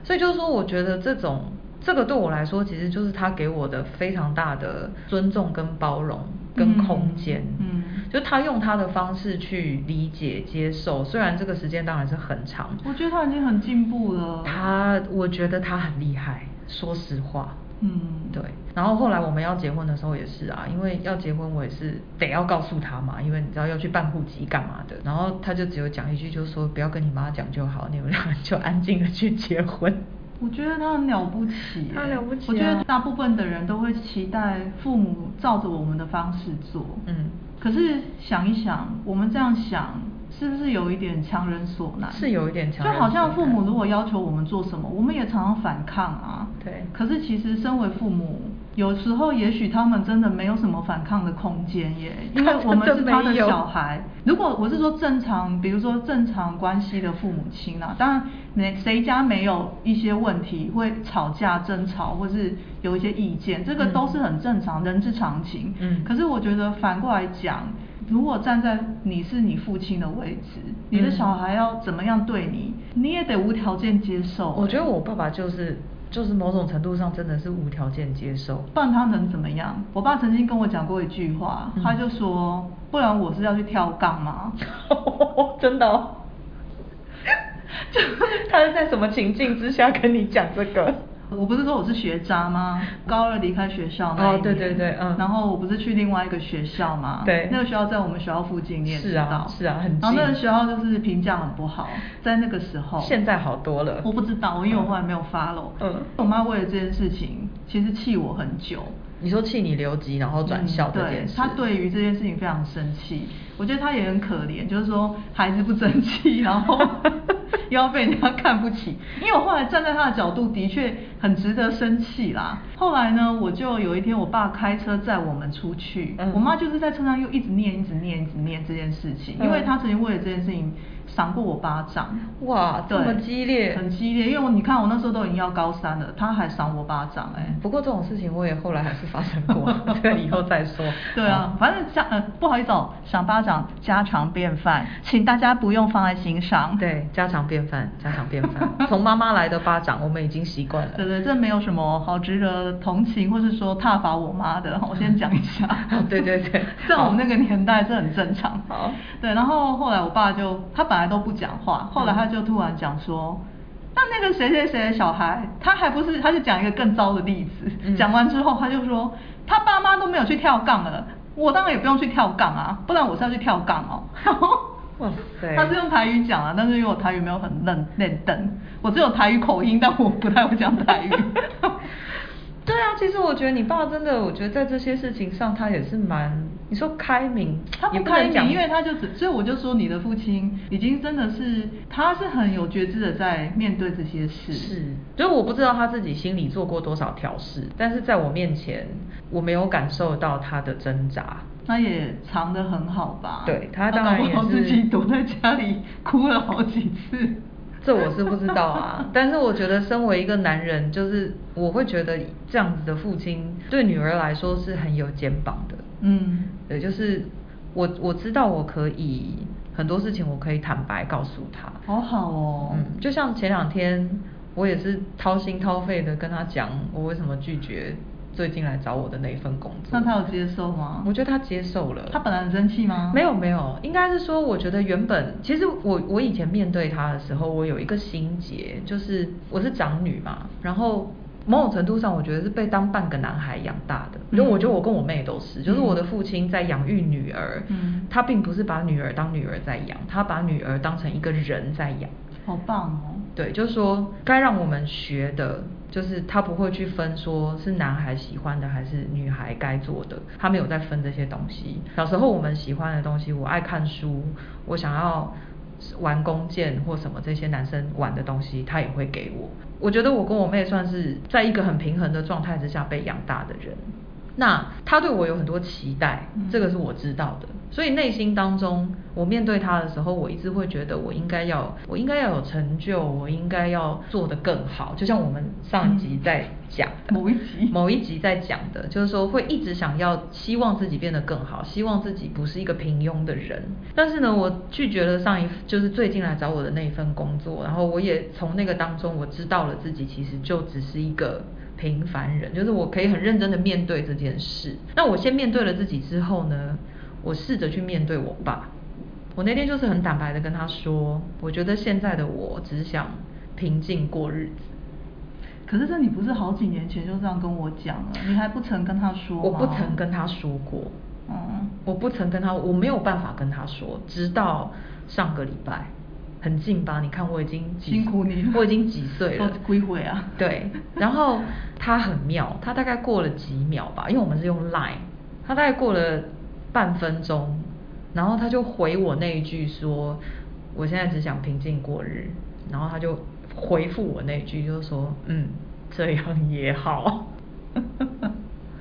S2: 所以就是说，我觉得这种这个对我来说，其实就是他给我的非常大的尊重、跟包容、跟空间。
S1: 嗯嗯
S2: 就他用他的方式去理解、接受，虽然这个时间当然是很长，
S1: 我觉得他已经很进步了。
S2: 他我觉得他很厉害，说实话。
S1: 嗯，
S2: 对，然后后来我们要结婚的时候也是啊，因为要结婚我也是得要告诉他嘛，因为你知道要去办户籍干嘛的，然后他就只有讲一句，就说不要跟你妈讲就好，你们两个人就安静的去结婚。
S1: 我觉得他很了不起耶，
S2: 他很了不起啊
S1: 我觉得大部分的人都会期待父母照着我们的方式做。
S2: 嗯，
S1: 可是想一想，我们这样想是不是有一点强人所难？
S2: 是有一点强人
S1: 就好像
S2: 所
S1: 父
S2: 难
S1: 母如果要求我们做什么，我们也常常反抗啊。
S2: 对
S1: 可是其实身为父母，有时候也许他们真的没有什么反抗的空间耶，因为我们是他的小孩。如果我是说正常，比如说正常关系的父母亲啦，当然哪谁家没有一些问题会吵架、争吵，或是有一些意见，这个都是很正常，人之常情。
S2: 嗯
S1: 可是我觉得反过来讲。如果站在你是你父亲的位置，你的
S2: 嗯
S1: 小孩要怎么样对你，你也得无条件接受耶。
S2: 我觉得我爸爸就是就是某种程度上真的是无条件接受，
S1: 不然他能怎么样？我爸曾经跟我讲过一句话，
S2: 嗯
S1: 他就说：“不然我是要去跳杠吗？”
S2: 真的、哦。 他是在什么情境之下跟你讲这个？
S1: 我不是说我是学渣 吗？高二离开学校那一
S2: 哦
S1: 年，
S2: 对对对嗯
S1: 然后我不是去另外一个学校吗？
S2: 对
S1: 那个学校在我们学校附近，你也知
S2: 是啊
S1: 道，
S2: 是啊很
S1: 然后那个
S2: 近
S1: 学校就是评价很不好，在那个时候。
S2: 现在好多了
S1: 我不知道，因为我后来没有 follow。
S2: 嗯
S1: 我妈为了这件事情，其实气我很久。
S2: 你说弃你留级，然后转校这件事，
S1: 嗯对他对于这件事情非常生气，我觉得他也很可怜，就是说孩子不争气，然 后又要被人家看不起。因为我后来站在他的角度，的确很值得生气啦。后来呢，我就有一天，我爸开车载我们出去，
S2: 嗯
S1: 我妈就是在车上又一直念、一直念、一直念这件事情，因为
S2: 嗯
S1: 她曾经为了这件事情赏过我巴掌。
S2: 哇，这
S1: 对
S2: 么激烈，
S1: 很激烈，因为我你看我那时候都已经要高三了，他还赏我巴掌、哎，
S2: 不过这种事情我也后来还是发生 过， 这个以后再说。
S1: 对啊，反正家呃不好意思哦，赏巴掌家常便饭，请大家不用放在心上。
S2: 好，对，家常便饭，家常便 饭，从妈妈来的巴掌我们已经习惯了。。
S1: 对对，这没有什么好值得同情或是说挞伐我妈的，我先讲一下
S2: 哦对对对
S1: 在我们那个年代这很正常。
S2: 好
S1: 对，然后后来我爸就他本来都不讲话，后来他就突然讲说。那那个谁谁谁的小孩，他还不是，他就讲一个更糟的例子。
S2: 嗯
S1: 讲完之后，他就说他爸妈都没有去跳杠了，我当然也不用去跳杠啊，不然我是要去跳杠哦。 然后
S2: 哇塞
S1: 他是用台语讲啊，但是因为我台语没有很嫩嫩嫩，我只有台语口音，但我不太会讲 台语。
S2: 对啊，其实我觉得你爸真的，我觉得在这些事情上他也是蛮，你说开明，
S1: 他
S2: 也
S1: 不
S2: 不
S1: 开
S2: 能讲，
S1: 明，因为他就只，所以我就说你的父亲已经真的是，他是很有觉知的在面对这些事。
S2: 是，就是我不知道他自己心里做过多少调试，但是在我面前，我没有感受到他的挣扎。
S1: 他也藏得很好吧？
S2: 对他当然也
S1: 搞不好
S2: 是
S1: 自己躲在家里哭了好几次。
S2: 这我是不知 道啊，但是我觉得身为一个男人，就是我会觉得这样子的父亲对女儿来说是很有肩膀的。
S1: 嗯，
S2: 对，就是我我知道我可以很多事情我可以坦白告诉他。
S1: 好好哦。
S2: 嗯，就像前两天我也是掏心掏肺的跟他讲我为什么拒绝最近来找我的那一份工作。
S1: 那他有接受吗？
S2: 我觉得他接受了。
S1: 他本来很生气吗？
S2: 没有没有，应该是说，我觉得原本其实我我以前面对他的时候，我有一个心结，就是我是长女嘛，然后某种程度上，我觉得是被当半个男孩养大的。
S1: 嗯
S2: 就我觉得我跟我妹都是，就是
S1: 嗯
S2: 我的父亲在养育女儿，
S1: 嗯
S2: 他并不是把女儿当女儿在养，他把女儿当成一个人在养。
S1: 好棒哦。
S2: 对，就是说该让我们学的，就是他不会去分说是男孩喜欢的还是女孩该做的，他没有在分这些东西。小时候我们喜欢的东西，我爱看书，我想要玩弓箭或什么这些男生玩的东西，他也会给我。我觉得我跟我妹算是在一个很平衡的状态之下被养大的人。那他对我有很多期待，
S1: 嗯
S2: 这个是我知道的，所以内心当中，我面对他的时候，我一直会觉得我应该要，我应该要有成就，我应该要做得更好。就像我们上一集在讲 的，
S1: 某一集
S2: 某一集在讲的，就是说会一直想要希望自己变得更好，希望自己不是一个平庸的人。但是呢，我拒绝了上一，就是最近来找我的那一份工作，然后我也从那个当中，我知道了自己其实就只是一个平凡人，就是我可以很认真的面对这件事。那我先面对了自己之后呢，我试着去面对我爸。我那天就是很坦白的跟他说，我觉得现在的我只想平静过日子。
S1: 可是这你不是好几年前就这样跟我讲了，你还不曾跟他说吗？
S2: 我不曾跟他说过，
S1: 嗯，
S2: 我不曾跟他，我没有办法跟他说，直到上个礼拜，很近吧？你看我已经几
S1: 辛苦你了
S2: 我已经几 岁了
S1: 都，归回啊
S2: 对，然后他很妙，他大概过了几秒吧，因为我们是用 Line，他大概过了半分钟，然后他就回我那一句说，我现在只想平静过日，然后他就回复我那一句，就说，嗯，这样也好。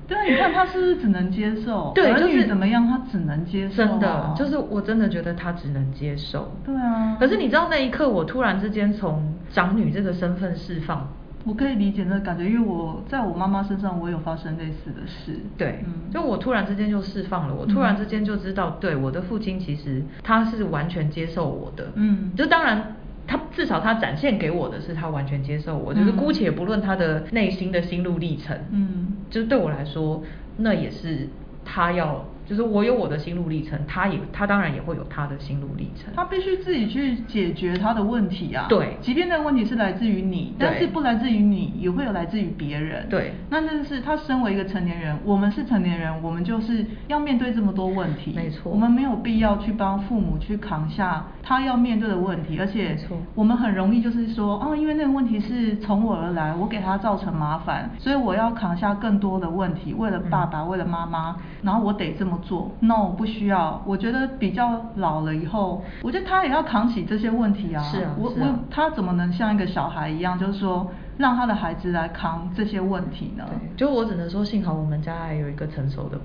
S1: 对啊，你看他是不是只能接受？
S2: 对，
S1: 儿
S2: 就
S1: 女
S2: 是
S1: 怎么样，他只能接受啊、
S2: 真的，就是我真的觉得他只能接受。
S1: 对啊
S2: 可是你知道那一刻，我突然之间从长女这个身份释放。
S1: 我可以理解那个感觉，因为我在我妈妈身上我有发生类似的事。
S2: 对，
S1: 嗯，
S2: 就我突然之间就释放了，我突然之间就知道，对我的父亲其实他是完全接受我的，
S1: 嗯
S2: 就当然他至少他展现给我的是他完全接受我，就是
S1: 嗯
S2: 姑且不论他的内心的心路历程，
S1: 嗯
S2: 就是对我来说，那也是他要，就是我有我的心路历程，他也他当然也会有他的心路历程，
S1: 他必须自己去解决他的问题啊。
S2: 对
S1: 即便那个问题是来自于你，
S2: 对
S1: 但是不来自于你，也会有来自于别人。
S2: 对
S1: 那那是他身为一个成年人，我们是成年人，我们就是要面对这么多问题。
S2: 没错
S1: 我们没有必要去帮父母去扛下他要面对的问题，而且
S2: 没错
S1: 我们很容易就是说，哦，因为那个问题是从我而来，我给他造成麻烦，所以我要扛下更多的问题，为了
S2: 嗯
S1: 爸爸，为了妈妈，然后我得这么做。No，不需要。我觉得比较老了以后，我觉得他也要扛起这些问题啊。
S2: 是啊
S1: 我
S2: 是啊
S1: 我他怎么能像一个小孩一样，就是说让他的孩子来扛这些问题呢？
S2: 对，啊就我只能说，幸好我们家还有一个成 熟的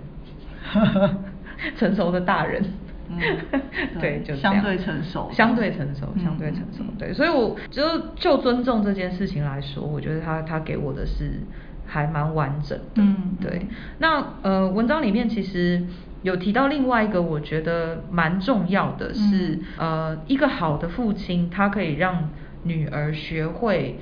S2: 成熟的大人。
S1: 嗯对
S2: 对，就这
S1: 相
S2: 样
S1: 对成熟的
S2: 相对成熟，
S1: 嗯
S2: 相对成熟
S1: 嗯嗯，
S2: 对，所以我就就尊重这件事情来说，我觉得他他给我的是还蛮完整的，
S1: 嗯
S2: 对
S1: 嗯。
S2: 那呃，文章里面其实有提到另外一个我觉得蛮重要的是，
S1: 嗯
S2: 呃，一个好的父亲，他可以让女儿学会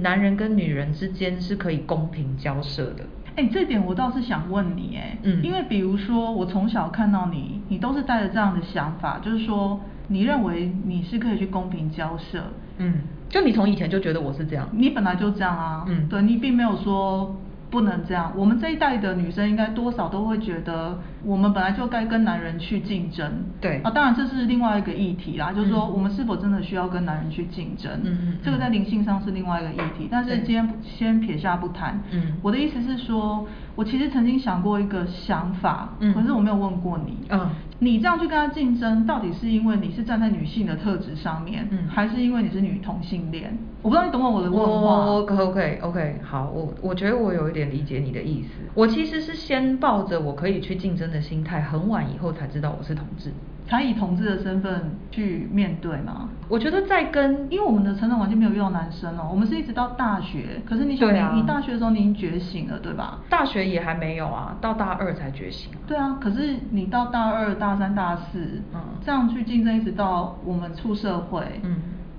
S2: 男人跟女人之间是可以公平交涉的。
S1: 哎、这点我倒是想问你、哎，
S2: 嗯
S1: 因为比如说我从小看到你，你都是带着这样的想法，就是说你认为你是可以去公平交涉，
S2: 嗯，就你从以前就觉得我是这样，
S1: 你本来就这样啊，
S2: 嗯
S1: 对你并没有说不能这样。我们这一代的女生应该多少都会觉得，我们本来就该跟男人去竞争，
S2: 对
S1: 啊，当然这是另外一个议题啦，就是说
S2: 嗯
S1: 我们是否真的需要跟男人去竞争，
S2: 嗯嗯嗯
S1: 这个在灵性上是另外一个议题，但是
S2: 对
S1: 今天不先撇下不谈，
S2: 嗯
S1: 我的意思是说，我其实曾经想过一个想法，
S2: 嗯
S1: 可是我没有问过你，
S2: 嗯
S1: 你这样去跟他竞争，到底是因为你是站在女性的特质上面，
S2: 嗯
S1: 还是因为你是女同性恋？我不知道你懂不懂我的问话。
S2: 我 OK OK 哦好，我我觉得我有一点理解你的意思。我其实是先抱着我可以去竞争的心态，很晚以后才知道我是同志。
S1: 才以同志的身份去面对嘛？
S2: 我觉得在跟
S1: 因为我们的成长环境没有遇到男生哦，我们是一直到大学。可是你想，
S2: 对啊
S1: 你你大学的时候你已经觉醒了，对吧？
S2: 大学也还没有啊，到大二才觉醒啊。
S1: 对啊，可是你到大二、大三、大四，
S2: 嗯
S1: 这样去竞争，一直到我们出社会，
S2: 嗯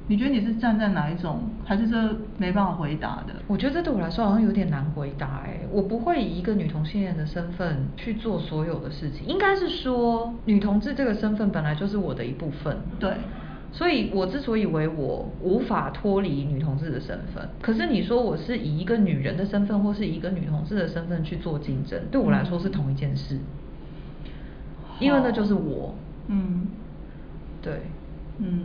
S1: 你觉得你是站在哪一种，还是这没办法回答的？
S2: 我觉得这对我来说好像有点难回答哎、我不会以一个女同性恋的身份去做所有的事情，应该是说女同志这个身份本来就是我的一部分。
S1: 对，
S2: 所以我之所以为我无法脱离女同志的身份，可是你说我是以一个女人的身份或是以一个女同志的身份去做竞争，对我来说是同一件事，因为那就是我。
S1: 嗯
S2: 对，
S1: 嗯，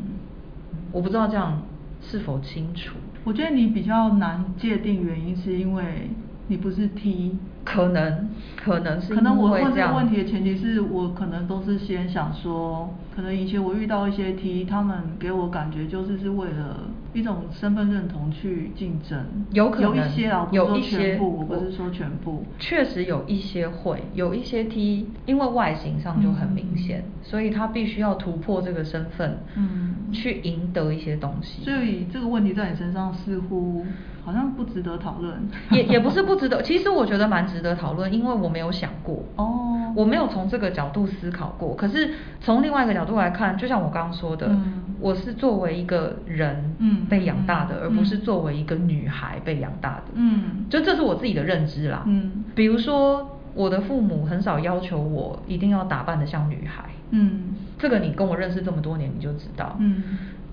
S2: 我不知道这样是否清楚，
S1: 我觉得你比较难界定原因，是因为你不是 T，
S2: 可能可能是
S1: 可能我问
S2: 因为这
S1: 这个
S2: 样
S1: 问题的前提是我可能都是先想说，可能以前我遇到一些 T，他们给我感觉就是是为了一种身份认同去竞争，
S2: 有可能
S1: 有一些啊，我
S2: 有
S1: 不
S2: 一
S1: 是说全
S2: 些，
S1: 部，我不是说全部，
S2: 确实有一些会，有一些 T，因为外形上就很明显，
S1: 嗯
S2: 所以他必须要突破这个身份，
S1: 嗯
S2: 去赢得一些东西。
S1: 所以这个问题在你身上似乎好像不值得讨论，
S2: 也也不是不值得，其实我觉得蛮值得讨论，因为我没有想过，
S1: 哦
S2: 我没有从这个角度思考过。可是从另外一个角度来看，就像我刚刚说的，
S1: 嗯
S2: 我是作为一个人
S1: 嗯
S2: 被养大的，
S1: 嗯
S2: 而不是
S1: 嗯
S2: 作为一个女孩被养大的。
S1: 嗯
S2: 就这是我自己的认知啦。
S1: 嗯
S2: 比如说我的父母很少要求我一定要打扮得像女孩，
S1: 嗯
S2: 这个你跟我认识这么多年你就知道。
S1: 嗯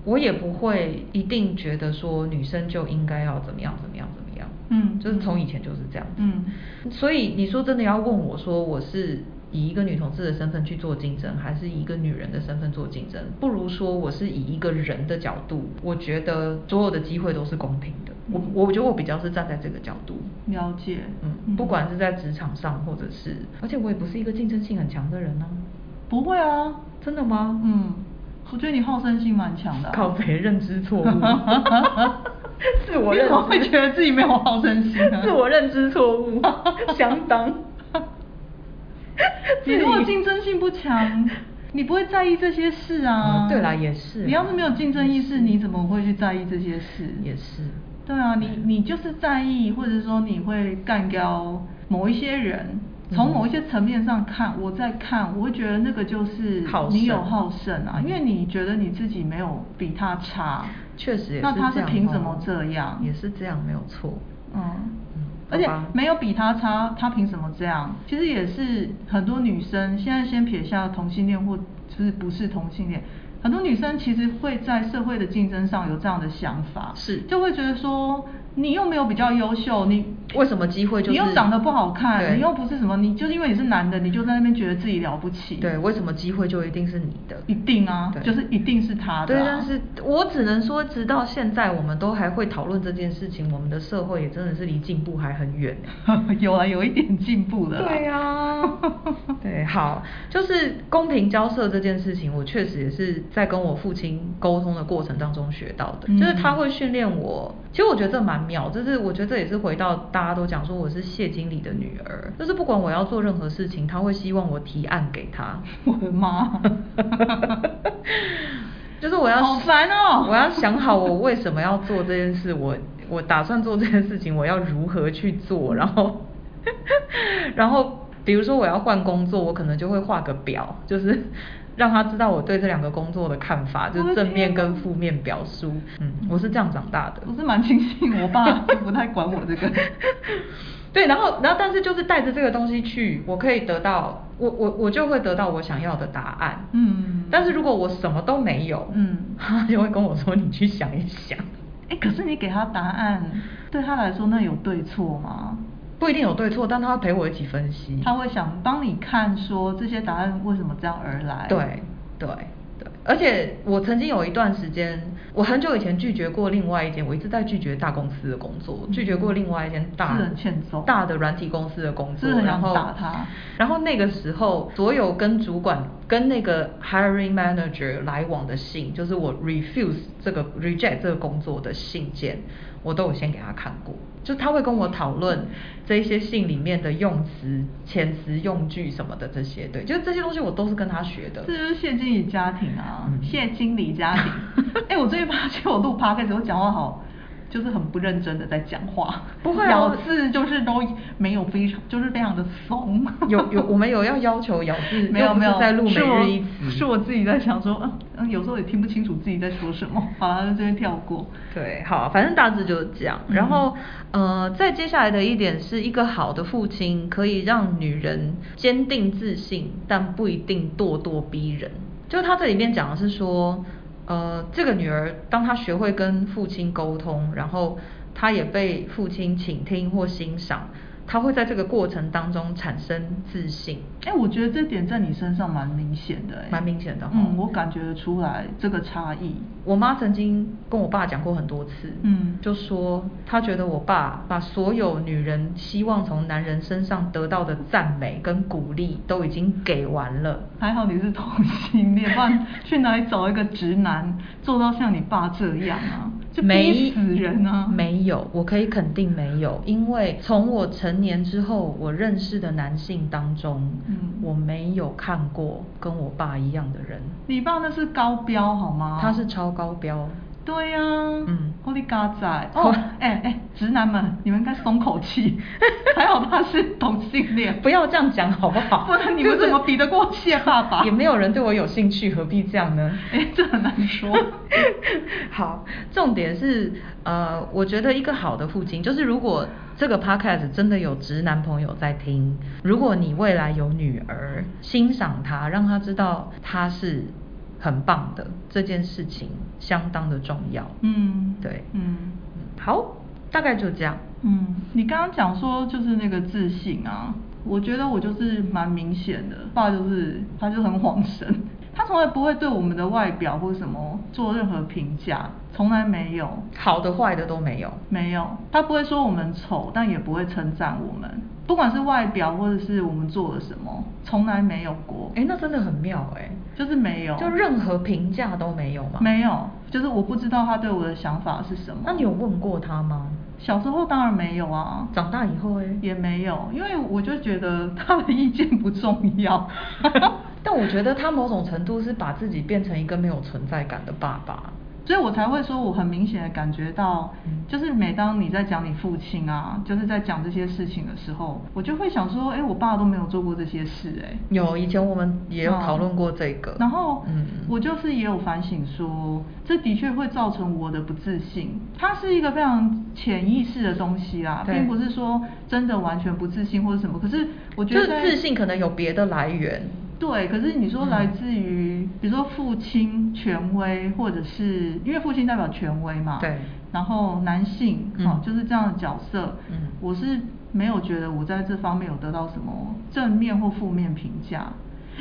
S2: 我也不会一定觉得说女生就应该要怎么样怎么样怎么样。
S1: 嗯
S2: 就是从以前就是这样子。
S1: 嗯
S2: 所以你说真的要问我说我是以一个女同志的身份去做竞争，还是以一个女人的身份做竞争？不如说我是以一个人的角度，我觉得所有的机会都是公平的。
S1: 嗯
S2: 我我觉得我比较是站在这个角度。
S1: 了解，
S2: 嗯，不管是在职场上，或者是，而且我也不是一个竞争性很强的人呢、
S1: 不会啊，
S2: 真的吗？
S1: 嗯，我觉得你好胜心蛮强的啊、
S2: 靠北认知错 误，自我
S1: 你
S2: 认
S1: 怎么会
S2: 知
S1: 觉得自己没有好胜心呢？啊
S2: 自我认知错误，相当。
S1: 你如果竞争性不强，你不会在意这些事啊。
S2: 嗯对啦也是啦
S1: 你要是没有竞争意识，你怎么会去在意这些事？
S2: 也是
S1: 对啊，你你就是在意，或者说你会干掉某一些人。从某一些层面上看，我在看，我会觉得那个就是
S2: 好胜
S1: 你有好胜啊，因为你觉得你自己没有比他差，
S2: 确实也是
S1: 那他
S2: 这
S1: 是
S2: 样
S1: 凭
S2: 哦
S1: 什么这样？
S2: 也是这样，没有错。
S1: 嗯
S2: 嗯，
S1: 而且
S2: 好吧
S1: 没有比他差，他凭什么这样？其实也是很多女生现在先撇下同性恋或就是不是同性恋，很多女生其实会在社会的竞争上有这样的想法，
S2: 是
S1: 就会觉得说你又没有比较优秀，你
S2: 为什么机会就是
S1: 你又长得不好
S2: 对
S1: 看，你又不是什么，你就是因为你是男的，你就在那边觉得自己了不起，
S2: 对，，为什么机会就一定是你的？
S1: 一定啊
S2: 对，
S1: 就是一定是他的
S2: 对，
S1: 啊、
S2: 但是我只能说，直到现在，我们都还会讨论这件事情，我们的社会也真的是离进步还很远欸
S1: 有啊，有一点进步了啦，
S2: 对啊呀、对，好，就是公平交涉这件事情，我确实也是在跟我父亲沟通的过程当中学到的，
S1: 嗯
S2: 就是他会训练我。其实我觉得这蛮妙，就是我觉得这也是回到大家都讲说我是谢经理的女儿，就是不管我要做任何事情，他会希望我提案给他，
S1: 我的妈！
S2: 就是我要
S1: 好烦哦
S2: 我要想好我为什么要做这件事，我我打算做这件事情，我要如何去做，然后 然后比如说我要换工作，我可能就会画个表，就是让他知道我对这两个工作的看法，就
S1: 我
S2: 是
S1: 的
S2: 正面
S1: 天
S2: 跟负面表述。嗯，我是这样长大的。
S1: 我是蛮庆幸我爸不太管我 这个。
S2: 对，然后，然后，但是就是带着这个东西去，我可以得到，我我我就会得到我想要的答案。
S1: 嗯
S2: 但是如果我什么都没有，
S1: 嗯
S2: 他就会跟我说你去想一想，
S1: 哎、可是你给他答案，对他来说那有对错吗？
S2: 不一定有对错，但他会陪我一起分析。
S1: 他会想帮你看说这些答案为什么这样而来。
S2: 对对对，而且我曾经有一段时间，我很久以前拒绝过另外一间，我一直在拒绝大公司的工作，拒绝过另外一间大
S1: 是很嗯欠揍
S2: 大的软体公司的工作，
S1: 是很
S2: 然
S1: 想
S2: 后
S1: 打他
S2: 然后那个时候，所有跟主管跟那个 hiring manager 来往的信，就是我 refuse 这个 reject 这个工作的信件，我都有先给他看过。就他会跟我讨论这一些信里面的用词、遣词用句什么的这些，对，就是这些东西我都是跟他学的。
S1: 这就是谢经理家庭啊，
S2: 嗯
S1: 谢经理家庭。 哎、我最近发现我录 podcast 我讲话好，就是很不认真的在讲话，
S2: 不会啊
S1: 咬
S2: 我
S1: 字就是都没有非常，就是非常的松。
S2: 有有，我们有要要求咬字，
S1: 没
S2: 嗯又
S1: 有
S2: 不
S1: 没
S2: 是
S1: 有，
S2: 在录每
S1: 是我
S2: 日一词，
S1: 是我自己在想说，嗯嗯，有时候也听不清楚自己在说什么。好了，就这边跳过。
S2: 对，好，反正大致就是这样。然后，呃，再接下来的一点是一个好的父亲可以让女人坚定自信，但不一定咄咄逼人。就他这里面讲的是说，呃，这个女儿当她学会跟父亲沟通，然后她也被父亲倾听或欣赏，她会在这个过程当中产生自信。
S1: 哎、我觉得这点在你身上蛮明显的、哎，
S2: 蛮明显的哦嗯
S1: 嗯，我感觉得出来这个差异。
S2: 我妈曾经跟我爸讲过很多次，
S1: 嗯
S2: 就说她觉得我爸把所有女人希望从男人身上得到的赞美跟鼓励都已经给完了。
S1: 还好你是同性恋，不然去哪里找一个直男做到像你爸这样啊？就
S2: 没
S1: 逼死人啊！
S2: 没有，我可以肯定没有，因为从我成年之后，我认识的男性当中，
S1: 嗯
S2: 我没有看过跟我爸一样的人，
S1: 你爸那是高标好吗？
S2: 他是超高标。
S1: 对啊呀、
S2: 嗯
S1: ，Holy God 仔哦，哎哎、直男们，你们应该松口 气，还好他是同性恋，
S2: 不要这样讲好不好？
S1: 不然你们
S2: 就是
S1: 怎么比得过谢爸爸
S2: 也没有人对我有兴趣，何必这样呢？
S1: 哎、这很难说。
S2: 好，重点是，呃，我觉得一个好的父亲，就是如果这个 podcast 真的有直男朋友在听，如果你未来有女儿，欣赏她，让她知道她是很棒的，这件事情相当的重要。
S1: 嗯，
S2: 对
S1: 嗯
S2: 嗯好，大概就这样。
S1: 嗯，你刚刚讲说就是那个自信啊，我觉得我就是蛮明显的，爸就是他就很晃神，他从来不会对我们的外表或什么做任何评价，从来没有。
S2: 好的坏的都没有，
S1: 没有，他不会说我们丑，但也不会称赞我们，不管是外表或者是我们做了什么，从来没有过。
S2: 哎、那真的很妙哎、
S1: 就是没有，
S2: 就任何评价都没有吗？
S1: 没有，就是我不知道他对我的想法是什么。
S2: 那你有问过他吗？
S1: 小时候当然没有啊，
S2: 长大以后哎、
S1: 也没有，因为我就觉得他的意见不重 要。
S2: 但我觉得他某种程度是把自己变成一个没有存在感的爸爸。
S1: 所以我才会说，我很明显的感觉到
S2: 嗯，
S1: 就是每当你在讲你父亲啊，就是在讲这些事情的时候，我就会想说，哎、我爸都没有做过这些事、哎，
S2: 有，以前我们也有
S1: 嗯
S2: 讨论过这个。
S1: 然后，
S2: 嗯
S1: 我就是也有反省说，这的确会造成我的不自信。它是一个非常潜意识的东西啊，
S2: 对
S1: 并不是说真的完全不自信或者什么。可是我觉
S2: 就
S1: 得
S2: 是
S1: 在
S2: 自信可能有别的来源。
S1: 对，可是你说
S2: 嗯
S1: 来自于，比如说父亲权威，或者是因为父亲代表权威嘛，
S2: 对
S1: 然后男性，
S2: 嗯
S1: 哦，就是这样的角色，
S2: 嗯
S1: 我是没有觉得我在这方面有得到什么正面或负面评价。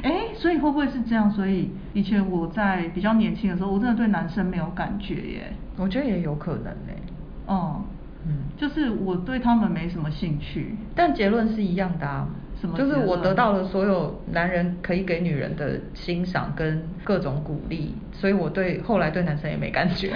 S1: 哎，所以会不会是这样？所以以前我在比较年轻的时候，我真的对男生没有感觉耶。
S2: 我觉得也有可能哎、
S1: 嗯，
S2: 嗯，
S1: 就是我对他们没什么兴趣。
S2: 但结论是一样的啊。
S1: 什么
S2: 就是
S1: 结
S2: 我
S1: 论
S2: 得到了所有男人可以给女人的欣赏跟各种鼓励，所以我对后来对男生也没感 觉。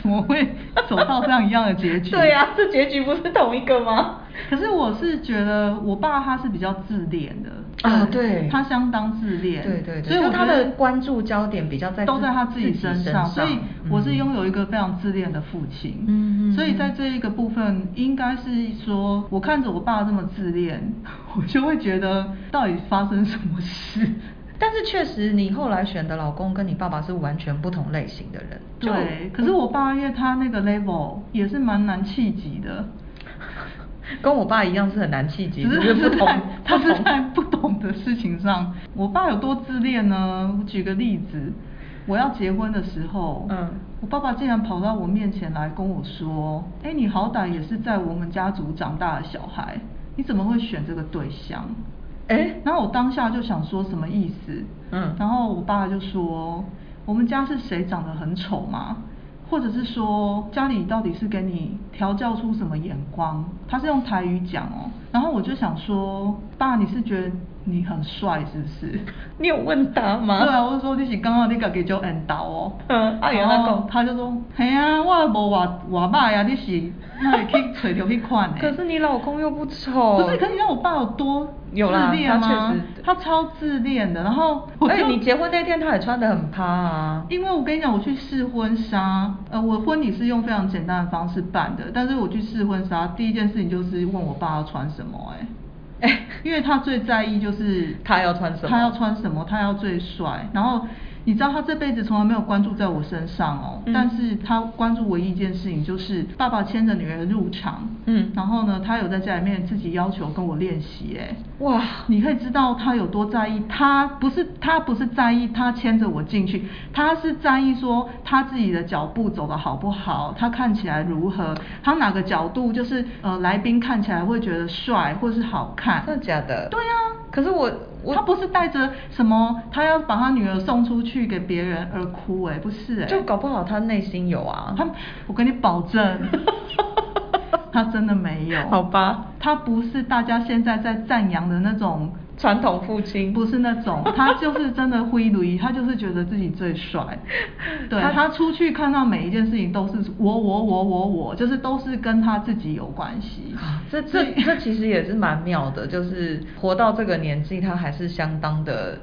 S1: 怎么会走到这样一样的结局？
S2: 对啊呀、这结局不是同一个吗？
S1: 可是我是觉得我爸他是比较自恋的嗯
S2: 啊对
S1: 他相当自恋，
S2: 对对对
S1: 所以
S2: 就
S1: 我
S2: 他
S1: 觉得
S2: 的关注焦点比较在
S1: 都
S2: 自
S1: 在他自己
S2: 自己
S1: 身
S2: 身
S1: 上，所以
S2: 上
S1: 我是
S2: 嗯
S1: 拥有一个非常自恋的父亲，
S2: 嗯嗯
S1: 所以在
S2: 嗯
S1: 这一个部分，应该是说我看着我爸这么自恋， 我就会觉得到底发生什么事。
S2: 但是确实，你后来选的老公跟你爸爸是完全不同类型的人。就
S1: 对，可是我爸因为他那个 level 也是蛮难气急的，
S2: 跟我爸一样是很难气急，
S1: 只
S2: 只
S1: 是
S2: 不同
S1: 在，他
S2: 不
S1: 是
S2: 同
S1: 在不懂的事情上。我爸有多自恋呢？我举个例子，我要结婚的时候，
S2: 嗯
S1: 我爸爸竟然跑到我面前来跟我说：“哎、你好歹也是在我们家族长大的小孩，你怎么会选这个对象？”
S2: 哎、
S1: 然后我当下就想说什么意思？
S2: 嗯
S1: 然后我爸就说：“我们家是谁长得很丑吗？或者是说家里到底是给你调教出什么眼光？”他是用台语讲哦。然后我就想说：“爸，你是觉得你很帅是不是？”
S2: 你有问他吗？
S1: 对啊，我就说你是刚刚你家己就缘投哦。
S2: 嗯啊然后
S1: 然后
S2: 他讲
S1: 哦他就说，嘿啊，我也无外外歹啊，你是那会去找着迄款的。
S2: 可是你老公又不丑。
S1: 欸不是，可是你知道我爸有多
S2: 有啦
S1: 自恋
S2: 他
S1: 吗
S2: 确实？
S1: 他超自恋的，然后我
S2: 而且
S1: 就
S2: 哎你结婚那天他也穿的很趴啊。
S1: 因为我跟你讲，我去试婚纱，呃，我婚礼是用非常简单的方式办的，但是我去试婚纱，第一件事情就是问我爸要穿什么、哎，
S2: 哎
S1: 因为他最在意就是
S2: 他要穿什么
S1: 他要穿什么，他要最帅。然后你知道他这辈子从来没有关注在我身上哦，
S2: 嗯
S1: 但是他关注唯一一件事情就是爸爸牵着女儿入场，
S2: 嗯
S1: 然后呢，他有在家里面自己要求跟我练习，哎，
S2: 哇，
S1: 你可以知道他有多在意，他不是他不是在意他牵着我进去，他是在意说他自己的脚步走的好不好，他看起来如何，他哪个角度就是呃来宾看起来会觉得帅或是好看，
S2: 真的假的？
S1: 对啊
S2: 可是我我
S1: 他不是带着什么他要把他女儿送出去给别人而哭、哎，不是、哎，
S2: 就搞不好他内心有啊。
S1: 他，我跟你保 证，他真的没有，
S2: 好吧，
S1: 他不是大家现在在赞扬的那种。
S2: 传统父亲
S1: 不是那种，他就是真的挥驴，他就是觉得自己最帅。对
S2: 他
S1: 他出去看到每一件事情都是我我我我我，就是都是跟他自己有关系。
S2: 这这这其实也是蛮妙的，就是活到这个年纪，他还是相当的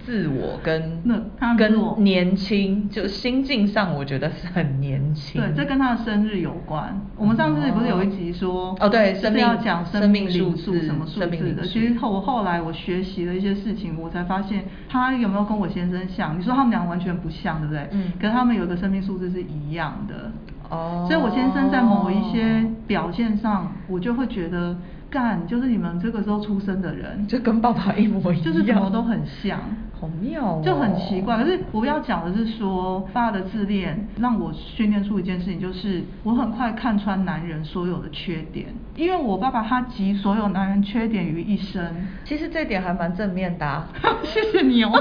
S2: 自我跟
S1: 那他很自我
S2: 跟年轻，就心境上我觉得是很年轻。
S1: 对，这跟他的生日有关。我们上次不是有一集说，
S2: 哦对
S1: 就是
S2: 生命
S1: 要讲
S2: 生
S1: 命
S2: 命
S1: 灵
S2: 数
S1: 数
S2: 字
S1: 什么数
S2: 生命
S1: 字
S2: 灵
S1: 的。
S2: 数
S1: 其实后我后来我学习了一些事情，我才发现他有没有跟我先生像？你说他们俩完全不像，对不对？
S2: 嗯
S1: 可是他们有一个生命数字是一样的。
S2: 哦
S1: 所以我先生在某一些表现上，我就会觉得，干，就是你们这个时候出生的人，
S2: 就跟爸爸一模一样，
S1: 就是怎么都很像。
S2: 好妙哦，
S1: 就很奇怪。可是我要讲的是说，爸的自恋让我训练出一件事情，就是我很快看穿男人所有的缺点，因为我爸爸他集所有男人缺点于一身。
S2: 其实这点还蛮正面 的、啊，
S1: 谢谢你哦。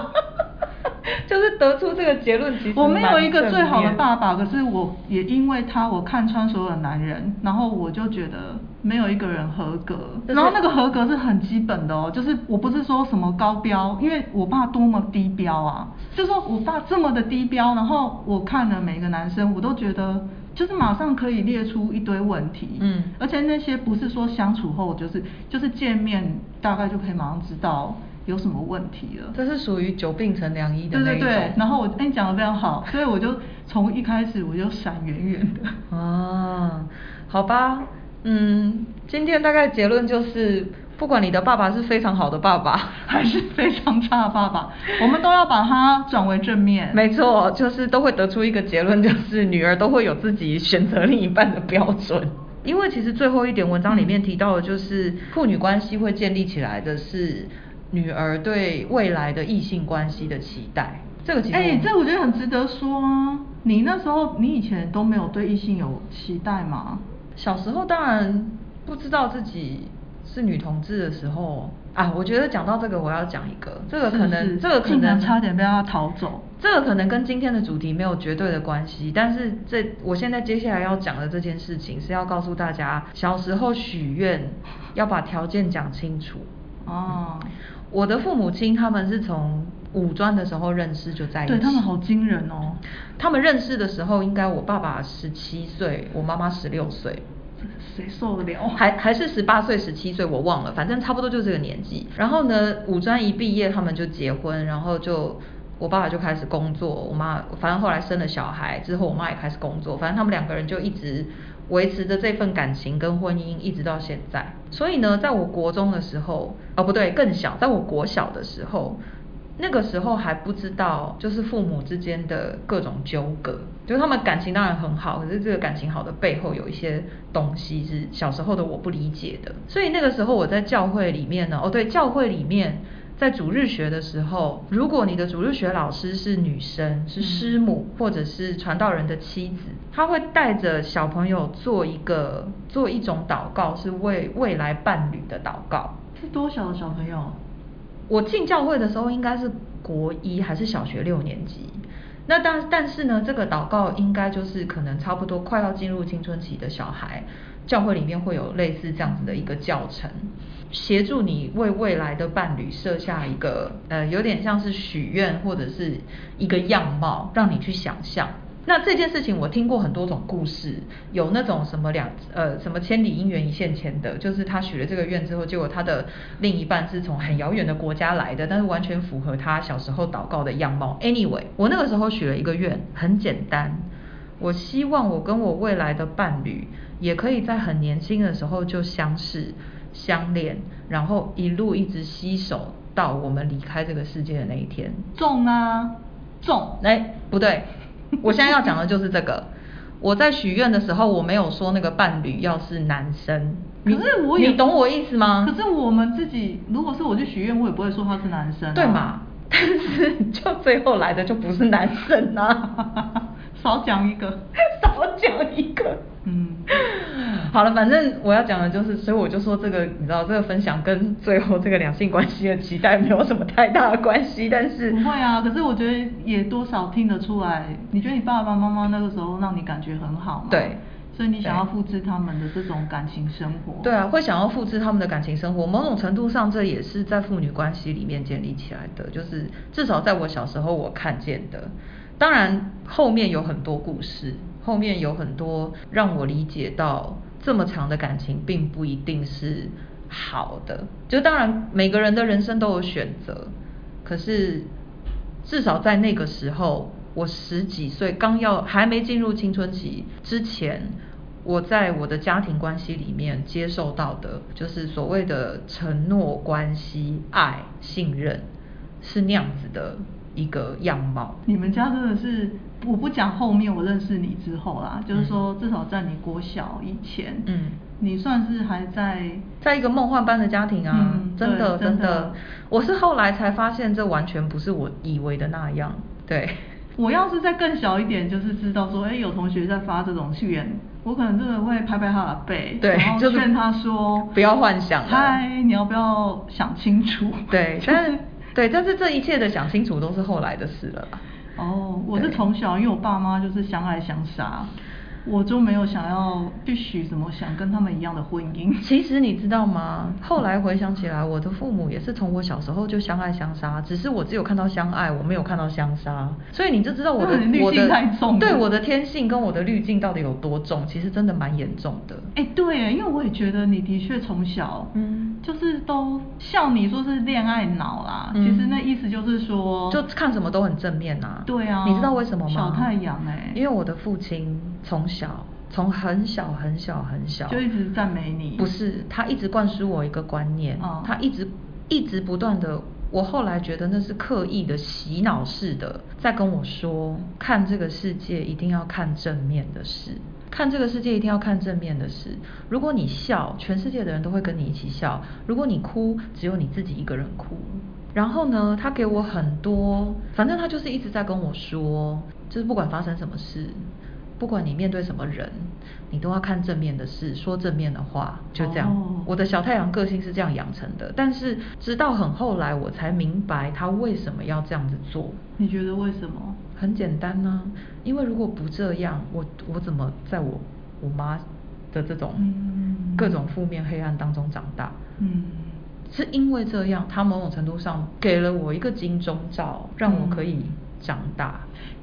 S2: 就是得出这个结论，其实
S1: 我没有一个最好的爸
S2: 爸。
S1: 爸，可是我也因为他，我看穿所有的男人，然后我就觉得没有一个人合格。
S2: 就是
S1: 然后那个合格是很基本的哦，就是我不是说什么高标，因为我爸多么低标啊，就说我爸这么的低标，然后我看了每个男生，我都觉得就是马上可以列出一堆问题，
S2: 嗯
S1: 而且那些不是说相处后就是就是见面大概就可以马上知道有什么问题了，
S2: 这是属于久病成良医的
S1: 对
S2: 那
S1: 对
S2: 一种。
S1: 对，然后我哎你讲的非常好，所以我就从一开始我就闪远远的，
S2: 啊，好吧，嗯，今天大概结论就是，不管你的爸爸是非常好的爸爸，
S1: 还是非常差的爸爸，我们都要把它转为正面。
S2: 没错，就是都会得出一个结论，就是女儿都会有自己选择另一半的标准。因为其实最后一点文章里面提到的，就是父女关系会建立起来的是女儿对未来的异性关系的期待。这个其实我
S1: 哎、
S2: 们
S1: 这我觉得很值得说啊！你那时候，你以前都没有对异性有期待吗？
S2: 小时候当然不知道自己是女同志的时候啊，我觉得讲到这个，我要讲一个，这个可能，
S1: 是不是
S2: 这个可
S1: 竟然
S2: 能
S1: 差点被他逃走。
S2: 这个可能跟今天的主题没有绝对的关系，但是这我现在接下来要讲的这件事情是要告诉大家，小时候许愿要把条件讲清楚。
S1: 哦，
S2: 我的父母亲他们是从五专的时候认识就在一起，
S1: 对他们好惊人哦，
S2: 他们认识的时候，应该我爸爸十七岁，我妈妈十六岁。
S1: 谁受得了？
S2: 哦还还是十八岁、十七岁，我忘了，反正差不多就这个年纪。然后呢，五专一毕业，他们就结婚，然后就我爸爸就开始工作，我妈反正后来生了小孩之后，我妈也开始工作，反正他们两个人就一直维持着这份感情跟婚姻，一直到现在。所以呢，在我国中的时候，哦不对，更小，在我国小的时候。那个时候还不知道，就是父母之间的各种纠葛，就是他们感情当然很好，可是这个感情好的背后有一些东西是小时候的我不理解的。所以那个时候我在教会里面呢，哦对，教会里面在主日学的时候，如果你的主日学老师是女生，是师母或者是传道人的妻子，她会带着小朋友做一个做一种祷告，是为未来伴侣的祷告。
S1: 是多小的小朋友？
S2: 我进教会的时候应该是国一还是小学六年级。那但但是呢，这个祷告应该就是可能差不多快要进入青春期的小孩，教会里面会有类似这样子的一个教程，协助你为未来的伴侣设下一个呃，有点像是许愿或者是一个样貌，让你去想象。那这件事情我听过很多种故事，有那种什么两呃什么千里姻缘一线牵的，就是他许了这个愿之后，结果他的另一半是从很遥远的国家来的，但是完全符合他小时候祷告的样貌。Anyway，我那个时候许了一个愿，很简单，我希望我跟我未来的伴侣也可以在很年轻的时候就相识、相恋，然后一路一直携手到我们离开这个世界的那一天。
S1: 重啊，重！
S2: 哎、不对，我现在要讲的就是这个。我在许愿的时候，我没有说那个伴侣要是男生，
S1: 可
S2: 你
S1: 是我也，
S2: 你懂我意思吗？
S1: 可是我们自己，如果是我去许愿，我也不会说他是男生、啊，
S2: 对嘛？？但是就最后来的就不是男生啊，
S1: 少讲一个。
S2: 少讲一个。
S1: 嗯，
S2: 好了，反正我要讲的就是，所以我就说这个，你知道这个分享跟最后这个两性关系的期待没有什么太大的关系，但是
S1: 不会啊，可是我觉得也多少听得出来。你觉得你爸爸妈妈那个时候让你感觉很好吗？
S2: 对
S1: 所以你想
S2: 对
S1: 要复制他们的这种感情生活。
S2: 对啊，会想要复制他们的感情生活，某种程度上这也是在父女关系里面建立起来的，就是至少在我小时候我看见的。当然，后面有很多故事，后面有很多让我理解到，这么长的感情并不一定是好的。就当然，每个人的人生都有选择，可是至少在那个时候，我十几岁刚要还没进入青春期之前，我在我的家庭关系里面接受到的，就是所谓的承诺关系、爱、信任，是那样子的一个样貌。
S1: 你们家真的是，我不讲后面我认识你之后啦，就是说至少在你国小以前，
S2: 嗯，
S1: 你算是还在，
S2: 在一个梦幻般的家庭啊，
S1: 嗯
S2: 真的
S1: 对
S2: 真
S1: 真的
S2: 我是后来才发现，这完全不是我以为的那样。对，
S1: 我要是再更小一点，就是知道说，哎、有同学在发这种讯言，我可能真的会拍拍他的背，
S2: 对
S1: 然后
S2: 就是
S1: 劝他说，
S2: 不要幻想了
S1: 嗨，你要不要想清楚？
S2: 对，
S1: 就是
S2: 但对，但是这一切的想清楚都是后来的事了啦。
S1: 哦，我是
S2: 对
S1: 从小，因为我爸妈就是相爱相杀，我就没有想要去许什么想跟他们一样的婚姻。
S2: 其实你知道吗？后来回想起来，我的父母也是从我小时候就相爱相杀，只是我只有看到相爱，我没有看到相杀。所以你就知道我的
S1: 那你滤
S2: 我
S1: 镜
S2: 的
S1: 太重了
S2: 对我的天性跟我的滤镜到底有多重，其实真的蛮严重的。
S1: 哎、对耶，因为我也觉得你的确从小，
S2: 嗯
S1: 就是都像你说是恋爱脑啦，
S2: 嗯
S1: 其实那意思就是说，
S2: 就看什么都很正面啊。
S1: 哦对啊
S2: 你知道为什么吗？
S1: 小太阳欸
S2: 因为我的父亲从小，从很小很小很小，
S1: 就一直赞美你
S2: 不是，他一直灌输我一个观念，
S1: 哦
S2: 他一直一直不断的。我后来觉得那是刻意的洗脑式的，在跟我说，看这个世界一定要看正面的事，看这个世界一定要看正面的事。如果你笑，全世界的人都会跟你一起笑；如果你哭，只有你自己一个人哭。然后呢，他给我很多，反正他就是一直在跟我说，就是不管发生什么事，不管你面对什么人，你都要看正面的事，说正面的话，就这样。
S1: 哦
S2: 我的小太阳个性是这样养成的，但是直到很后来，我才明白他为什么要这样子做。
S1: 你觉得为什么？
S2: 很简单呢、因为如果不这样，我我怎么在我我妈的这种
S1: 嗯
S2: 各种负面黑暗当中长大？
S1: 嗯。
S2: 是因为这样，他某种程度上给了我一个金钟罩，让我可以长大。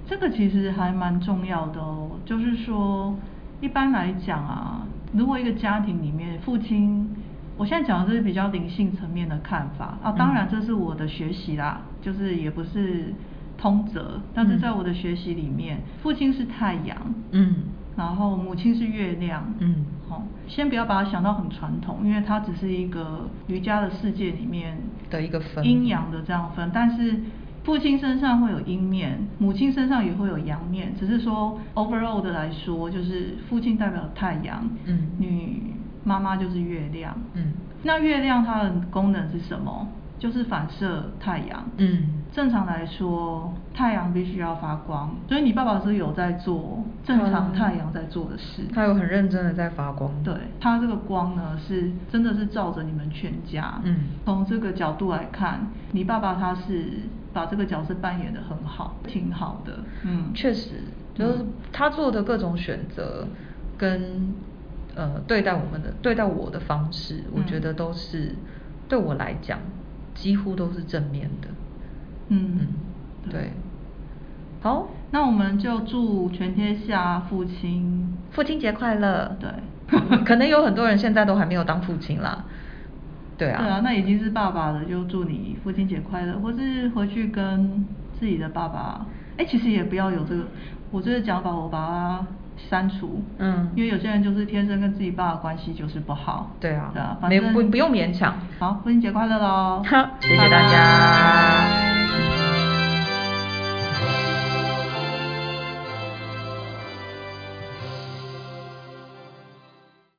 S1: 这个其实还蛮重要的哦，就是说，一般来讲啊，如果一个家庭里面父亲，我现在讲的是比较灵性层面的看法啊，当然
S2: 嗯
S1: 这是我的学习啦，就是也不是通则，但是在我的学习里面，父亲是太阳，
S2: 嗯
S1: 然后母亲是月亮，
S2: 嗯
S1: 好、先不要把它想到很传统，因为它只是一个瑜伽的世界里面
S2: 的一个分
S1: 阴阳的这样分，但是父亲身上会有阴面，母亲身上也会有阳面，只是说 overall 的来说，就是父亲代表太阳，
S2: 嗯
S1: 女妈妈就是月亮，
S2: 嗯
S1: 那月亮它的功能是什么？就是反射太阳，
S2: 嗯
S1: 正常来说，太阳必须要发光，所以你爸爸是有在做正常太阳在做的事。
S2: 他有很认真的在发光。
S1: 对，它这个光呢，是真的是照着你们全家。
S2: 嗯
S1: 从这个角度来看，你爸爸他是把这个角色扮演的很好，挺好的。嗯，
S2: 确实，就是他做的各种选择跟呃对待我们的对待我的方式，我
S1: 嗯
S2: 觉得都是对我来讲几乎都是正面的。
S1: 嗯
S2: 对。好，
S1: 那我们就祝全天下父亲，
S2: 父亲节快乐！
S1: 对，
S2: 可能有很多人现在都还没有当父亲啦。对啊，
S1: 对啊，那已经是爸爸了，就祝你父亲节快乐，或是回去跟自己的爸爸。哎、其实也不要有这个，我这个讲法我把它删除。
S2: 嗯
S1: 因为有些人就是天生跟自己爸爸关系就是不好。
S2: 对啊
S1: 对啊，反
S2: 没
S1: 正
S2: 不不用勉强
S1: 好，父亲节快乐喽！
S2: 好谢谢大家